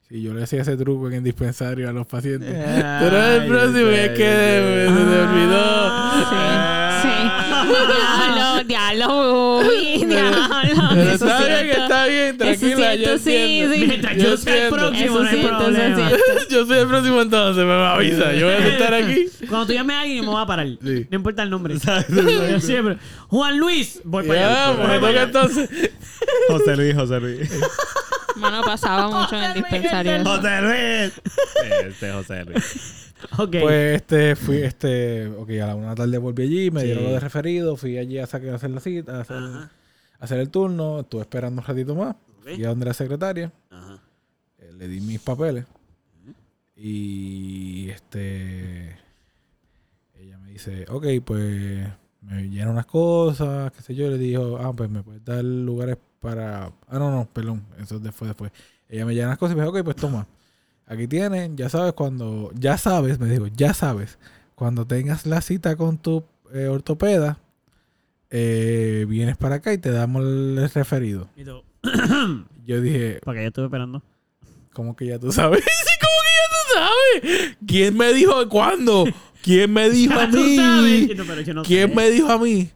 si yo le hacía ese truco en el dispensario a los pacientes.
Ah,
tú eres el
Ay,
próximo, y es
ay,
que
ay.
se me, se me
Ah,
Sí, sí. Diablo, diablo, uy, diablo.
olvidó. Pero
Eso
está bien,
siento.
está bien, tranquila, yo
Eso siento,
entiendo.
sí, sí.
Mientras
Yo
yo sea el
siento.
próximo,
Eso
no hay
sí, entonces
problema.
sí.
Yo soy el próximo entonces, me avisa, yo voy a estar aquí.
Cuando tú llames a alguien, yo me voy a parar.
Sí.
No importa el nombre. Yo siempre. Juan Luis. Voy para allá.
Ya,
Voy para
me toca
allá.
entonces.
José Luis, José Luis.
Mano, pasaba mucho en el dispensario.
José Luis. Este es José Luis.
Ok.
Pues este, fui, este, ok, a la una de la tarde volví allí, me
Sí.
dieron lo de referido, fui allí a, sacar- a hacer la cita, a hacer,
Ajá.
a hacer el turno, estuve esperando un ratito más,
Ok.
fui a donde la secretaria,
Ajá.
eh, le di mis papeles y este, ella me dice, ok, pues me llenan unas cosas, qué sé yo, le dijo, ah, pues me puedes dar lugares para, ah, no, no, perdón, eso después, después. Ella me llena las cosas y me dijo, ok, pues toma. Aquí tienes, ya sabes cuando, ya sabes, me dijo, ya sabes, cuando tengas la cita con tu eh, ortopeda, eh, vienes para acá y te damos el referido.
Y tú,
Yo dije,
Porque yo estuve esperando.
¿cómo que ya tú sabes? Sí, ¿cómo que ya tú sabes? ¿Quién me dijo cuándo? ¿Quién me dijo a
Ya tú
mí?
sabes. Y tú, pero yo no
¿Quién
sé.
me dijo a mí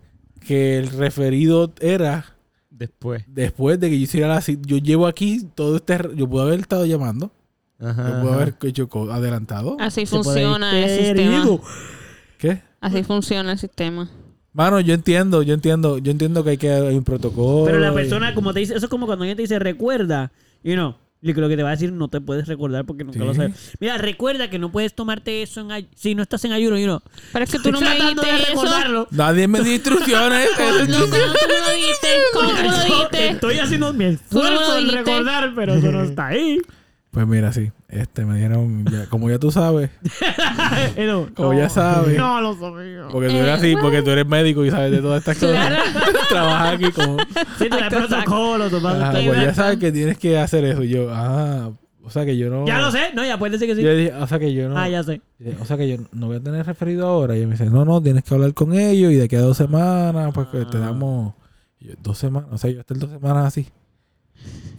que el referido era
Después.
después de que yo hiciera la cita? Yo llevo aquí todo este, re- yo pude haber estado llamando,
Ajá.
yo pude haber hecho co- adelantado.
Así
Se puede
funciona el
ir
sistema.
herido.
¿Qué?
Así funciona el sistema.
Mano, yo entiendo, yo entiendo, yo entiendo que hay que hay un protocolo.
Pero la
y-
persona, como te dice, eso es como cuando alguien te dice recuerda, y no, y que lo que te va a decir no te puedes recordar porque nunca
Sí.
lo sabes. Mira, recuerda que no puedes tomarte eso en ay- si no estás en ayuno, y no.
Pero es que tú no me
Tratando de
dijiste eso.
recordarlo.
Nadie me dio instrucciones.
No, no, tú me lo dijiste. ¿Cómo tú me lo
Yo
dijiste?
Estoy haciendo mi
Tú no me lo
esfuerzo en
dijiste.
recordar, pero eso no está ahí.
pues mira, sí, este me dijeron, ya- como ya tú sabes,
Y no,
como ya sabes.
no lo sabía.
Porque tú eres así, porque tú eres médico y sabes de todas estas cosas. Trabajas aquí como.
Sí, tú le protocolo, tú vas a
Ajá,
estar-
pues ya sabes que tienes que hacer eso. Y yo, ah, o sea que yo no.
Ya lo sé, no, ya puedes decir que
Yo
sí.
dije, o sea que yo no.
Ah, ya sé.
O sea que yo no voy a tener referido ahora. Y ella me dice, no, no, tienes que hablar con ellos y de aquí a dos semanas, pues que te damos Y yo, dos semanas. O sea, yo hasta el dos semanas así.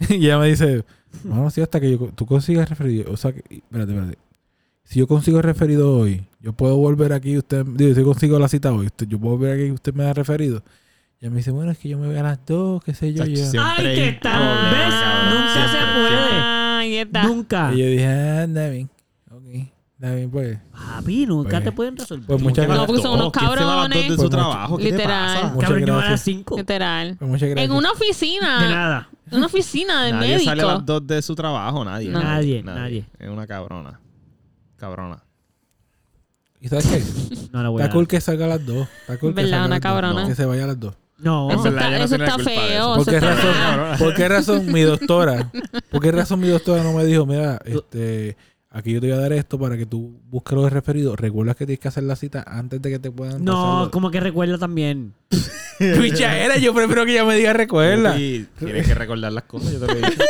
y ella me dice, no, no, sí, hasta que yo, co- tú consigas referido. O sea que, y- espérate, espérate. Si yo consigo referido hoy, yo puedo volver aquí, usted, digo, si yo consigo la cita hoy, usted- yo puedo volver aquí y usted me da referido. Y ella me dice, bueno, es que yo me voy a las dos, qué sé yo.
Chacho,
Y yo-
siempre
Ay,
hay
que
un
está-
problema,
¿ves?
cabrón.
Nunca se
Siempre,
puede.
siempre.
Ah, ahí está.
Nunca.
Y yo dije, ah, está bien. Ok, está bien, pues.
Papi, nunca
Pues-
te pueden resolver.
Pues muchas
¿Por qué
gracias.
No, porque son unos
¿Quién se va a las dos de
cabrones.
su
Pues mucho-
trabajo? ¿Qué te
Literal.
pasa?
Muchas
Cabrón, yo a las
gracias.
5.
Literal.
Pues muchas gracias.
En una
De
oficina.
nada.
En una oficina de
Nadie sale a las
médico.
dos de su trabajo, nadie.
No.
Nadie,
Es una cabrona. Cabrona.
¿Y sabes qué?
No la voy a
Está
dar.
cool que salga a las dos. Está cool que
¿Verdad,
salga a
una
las dos.
cabrona?
Que se vaya a las dos.
No.
Eso
En verdad,
está-
ella no
eso
tiene la
está
culpa de eso.
feo.
¿Por
eso
qué,
está
razón,
mal.
¿Por qué razón mi doctora? ¿Por qué razón mi doctora no me dijo, mira, este, aquí yo te voy a dar esto para que tú busques los referidos? Recuerda que tienes que hacer la cita antes de que te puedan
No,
pasar
como que recuerda también.
los- Pichadera, yo prefiero que ella me diga recuerda.
Y tienes que recordar las cosas. Yo te lo he dicho.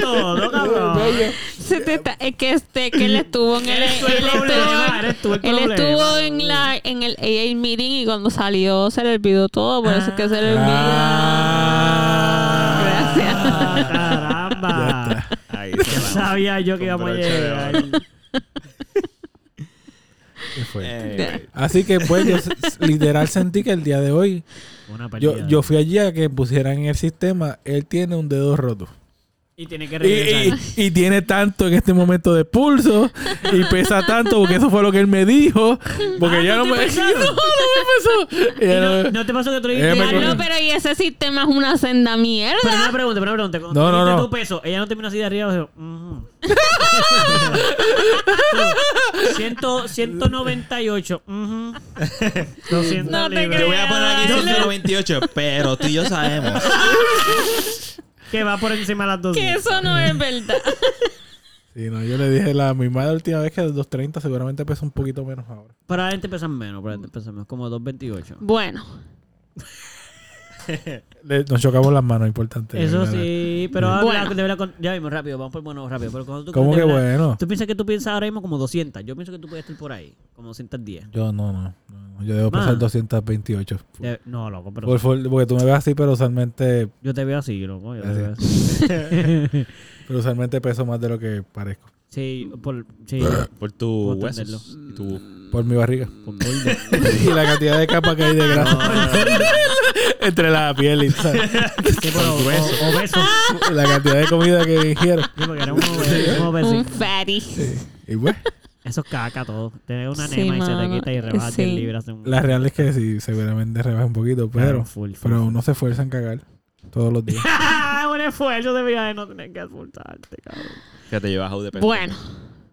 No, todo, cabrón.
Se te está- es que este que él estuvo en el,
Eres tú el
él
problema, eres tú
estuvo,
el
él
problema.
estuvo en la en el AA meeting y cuando salió se le olvidó todo, por eso es que se le olvidó.
Ah.
Gracias.
Ah,
Ya
Caramba.
está.
Ahí está.
Sabía yo
Con
que íbamos a
broche de
llegar.
Qué fuerte.
Eh.
Anyway.
Así que pues yo s- s- literal sentí que el día de hoy
Una
yo,
partida.
yo fui allí a que pusieran en el sistema, él tiene un dedo roto.
Y tiene que
Y,
regresar.
y- y tiene tanto en este momento de pulso y pesa tanto porque eso fue lo que él me dijo.
Ah,
Porque ya no me, no, no me pesó.
Y
Ella
no,
no-
no te pasó que tú
Ella Eh, me
Ah,
dijiste.
no, pero y ese sistema es una senda mierda.
Pero una pregunta, pero una pregunta. Cuando
No, no,
tuviste
no.
tu peso, ella no terminó así de arriba. Yo, ujú. Ciento- 198. ujú. 200
No te
libras.
creo.
Yo voy a poner aquí
No,
198, pero tú y yo sabemos.
Que va por encima de las 200.
Que eso no es verdad.
Sí, no, yo le dije la mi madre la última vez que de 230 seguramente pesa un poquito menos ahora.
Pero ahora te pesan menos, para te pesan menos, como 2.28.
Bueno,
Le- nos chocamos las manos, importante.
Eso
¿verdad?
sí, pero ahora
Bueno.
de verdad con- ya vimos rápido, vamos por bueno rápido. Pero cuando tú,
¿Cómo
de
que
verdad,
bueno?
Tú piensas que tú piensas ahora mismo como 200. Yo pienso que tú puedes estar por ahí, como 210.
Yo no, no. no, no, yo debo
Ma.
pesar 228.
De- no, loco, pero
Por favor, porque tú me ves así, pero usualmente,
yo te veo así, loco. Yo te
Así.
veo así.
pero usualmente peso más de lo que parezco.
Sí, por, sí,
Por tu
Puedo
huesos y tu...
Por mi barriga.
Mm. por gordo.
y la cantidad de capa que hay de grasa. Entre la piel y ¿sabes?
Sí, pero o- obeso.
la cantidad de comida que ingiero.
Sí, porque era un obeso. un obeso.
un fatty.
Y pues,
Eso es caca todo. Tener una
Sí,
nema y se te
mano.
quita y rebajas
Sí.
10 libras. en un-
la real es que sí, seguramente rebaja un poquito, pero,
Claro, full, full,
pero
full.
uno se esfuerza en cagar todos los días.
un esfuerzo debería de no tener que esforzarte, cabrón.
Que te llevas de peso.
Bueno,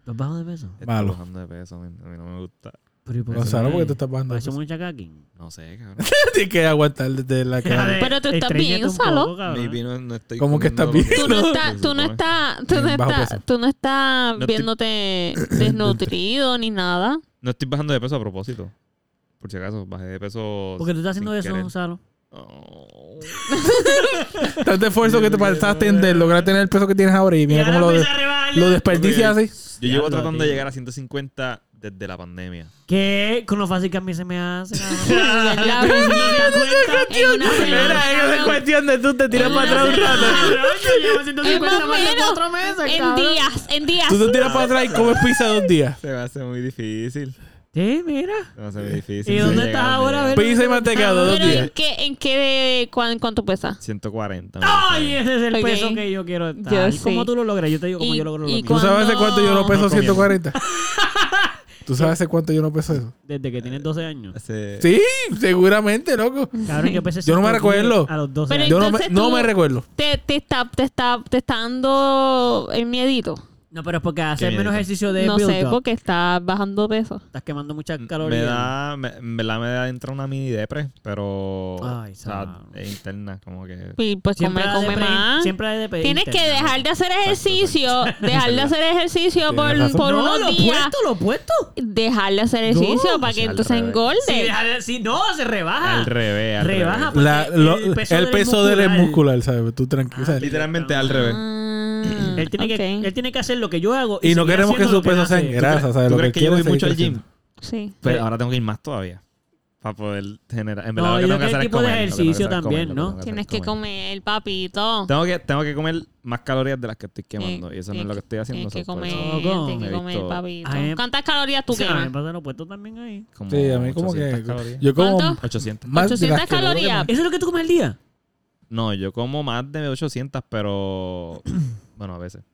¿Los bajo de peso?
Estoy
Malo.
bajando de peso, a mí, a mí no me gusta.
Pero, ¿y por qué?
Gonzalo, porque tú estás bajando.
¿Pasó
peso.
mucha caquín?
No sé, cabrón.
Tienes que aguantar desde la cara.
Pero tú estás bien, Gonzalo.
¿eh?
Maybe no, no estoy.
¿Cómo que
comiendo
estás
lo
tú no
se
estás, tú no
supone.
estás, tú no
Bajo
estás,
peso.
tú no estás
No estoy-
viéndote desnutrido ni nada.
No estoy bajando de peso a propósito. Por si acaso, bajé de peso.
Porque tú estás haciendo
sin
eso,
querer.
Gonzalo.
Oh.
Tanto esfuerzo que te pasaste en de lograr tener el peso que tienes ahora y mira cómo lo, de- lo desperdicias así.
Yo llevo
Diablo,
tratando
tío.
de llegar a 150 desde la pandemia.
¿Qué? Con lo fácil que a mí se me hace. cabrón.
La
pues,
en una semana, cabrón.
cuestión de tú te tiras
para atrás un rato.
Yo llevo
Es
150
más
más de cuatro
menos
meses,
en
cabrón.
días, en días.
Tú te tiras para atrás y comes pizza dos días.
Se me hace muy difícil.
Sí, mira.
Se me hace muy difícil.
¿Y
de
dónde
llegar
estás
donde
ahora?
llegué.
Ver-
Pizza y mantecado dos
Pero
días.
en qué, en qué, de, cuán- cuánto pesa.
140. me
Ay,
parece.
ese es el
Ok.
peso que yo quiero estar.
Yo
¿Y ¿Cómo
sí.
tú lo logras? Yo te digo cómo
Y-
yo logro lo
y
mío.
¿Tú sabes hace
Cuando-
cuánto yo no
No comiendo.
peso 140? ¿Tú sabes hace cuánto yo no peso eso?
Desde que tienes 12 años.
Hace-
Sí, seguramente, loco.
Cabrón, yo pesé
Yo no me
110
recuerdo.
A los 12
Pero
años.
Yo no me,
Entonces
no
tú-
me recuerdo.
Te, te, está, te, está, te está dando el miedito.
No, pero es porque hacer
¿Qué?
menos ejercicio de
No sé,
build-up,
porque está bajando peso.
Estás quemando muchas
Me
calorías.
da, me, en verdad me da entrar una mini depre, pero
Ay,
o sea,
Sam.
es interna, como que
Y pues come,
Siempre
come
hay de pre-
más.
Siempre hay de pre-
Tienes que
interna.
dejar de hacer ejercicio, dejar de hacer ejercicio
Tienes
por,
razón.
por
Pues no,
unos
lo
días.
opuesto, lo opuesto.
Dejar de hacer ejercicio
No,
para
o
que
Pues,
sea, al
entonces
revés.
engorde.
Sí, dejar de- sí, no, se rebaja.
al revés, al revés.
Rebaja. porque
La-
el
lo-
peso
el
del
peso del
muscular-
muscular, ¿sabes? Tú tranquilo.
Ah,
¿sabes?
Literalmente al revés.
Ah,
él, tiene
ok.
que, él tiene que hacer lo que yo hago.
Y no
seguir
queremos que
haciendo
su
lo
peso
él
sea
hace.
en grasa, ¿sabes?
¿Tú
Lo
crees que yo
quiere
voy
seguir
mucho al
creciendo.
gym?
Sí.
Pero ahora tengo que ir más todavía. Para poder generar. En verdad,
No,
lo
yo
que tengo que
creo
hacer
que
es
tipo
comer. lo que tengo
de
que hacer
ejercicio
es comer,
también,
lo
¿no?
tengo hacer
Tienes
es
que comer, papito.
Tengo que, tengo que comer más calorías de las que estoy quemando.
Eh,
y eso no es
tienes
lo que estoy haciendo.
Tienes que
eso por
comer,
eso
Loco.
tienes
Me
que
he
comer,
visto-
papito.
Ay,
¿Cuántas calorías tú
Sí, a mí me
quemas?
pasa lo opuesto también ahí.
como
Sí, a mí como que.
800 calorías.
Yo como.
¿Cuánto?
¿800?
más de las
800
que debo de comer.
calorías.
¿Eso es lo que tú comes al día?
No, yo como más de 800, pero. bueno, a veces.
Ah,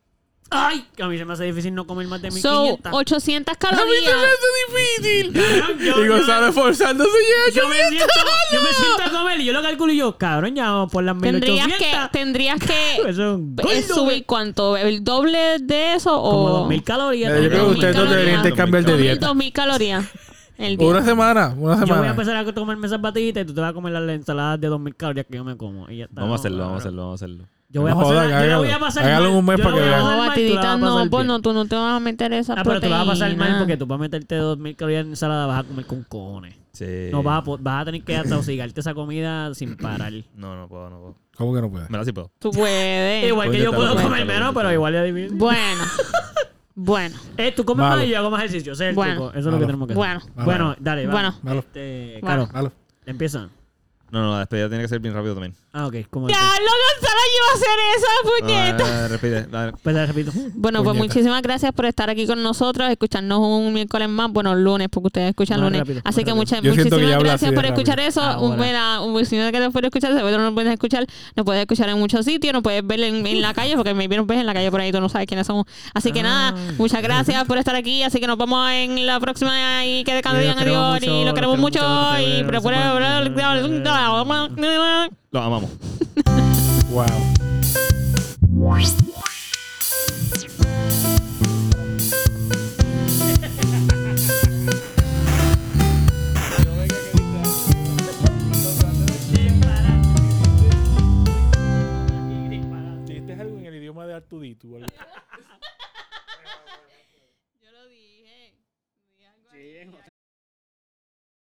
Ay, que a mí se me hace difícil no comer más de 1500.
So, 800 calorías.
¡Eso es difícil!
Cabrón, yo-
Y Gonzalo esforzándose y
Yo me, siento, yo me siento a comer y yo lo calculo y yo, cabrón, ya vamos por las
Tendrías
1800.
que, tendrías
Eso
que
es un
eh,
gordo,
subir cuánto, el doble de eso
Como
o
2000 calorías.
Yo creo que
ustedes
ustedes
dos
no
deberían
deberían
de
cambiar de
Como mil,
dieta.
dos mil calorías. El día.
Una semana, una
Yo voy a
semana.
empezar a comerme esas batitas y tú te vas a comer las ensaladas de 2000 calorías que yo me como. y ya está.
Vamos a hacerlo,
No,
vamos a
no.
hacerlo, vamos a hacerlo.
Yo voy a
No
pasar,
jodan,
yo la voy a
hágalo.
pasar
Hágalo
mal.
en un mes
Yo
para
la
que
voy a
vean.
pasar mal,
No,
tú la vas
batidita
a
no,
pasar
pues
bien.
no, tú no te vas a meter esa
Ah, pero te vas a pasar mal
proteína.
porque tú vas a meterte 2000 calorías en ensalada, vas a comer con cojones.
Sí.
No vas a, po- vas a tener que atosigarte esa comida sin parar.
Eh,
No, no puedo, no puedo.
¿Cómo que no puede?
Me la sí puedo.
Tú puedes.
Igual que
Oye,
yo
te
puedo
lo cuento,
comer
te lo
menos,
cuento.
pero igual ya divino.
Bueno. bueno.
Eh, tú comes más
Malo.
y yo hago más ejercicio. Ese es el
Bueno.
truco. Eso es lo que
Malo.
tenemos que hacer.
Bueno.
Malo.
Bueno, dale, va.
Bueno.
Malo.
Este,
Bueno.
Caro,
Malo.
empieza.
No, no, la despedida tiene que ser bien rápido también.
Ah, ok. ¿Cómo
Diablo,
empieza?
Gonzalo, yo iba a hacer esa puñeta.
Ah, respire, dale.
Pues dale, repito.
Bueno, pues
Puñeta.
muchísimas gracias por estar aquí con nosotros, escucharnos un miércoles más, bueno, lunes, porque ustedes escuchan
Más
lunes.
rápido,
así
más
que
rápido.
muchas,
Yo siento que ya
muchísimas
habla
gracias
así de
por escuchar
rápido.
eso. Un
Ahora.
buena- un- Muchísimas gracias por escuchar, seguro nos puedes escuchar, nos puedes escuchar en muchos sitios, nos puedes ver en, en la calle, porque me vieron ves en la calle por ahí, tú no sabes quiénes somos. Así que nada, muchas gracias por estar aquí, así que nos vemos en la próxima y que descansen
Y
digan
los queremos
adiós y
mucho,
lo
los
queremos
queremos
mucho
mucho, los
y
queremos,
procura...
Lo amamos.
Wow. Dijiste algo en el idioma de Artudito.
Yo lo dije.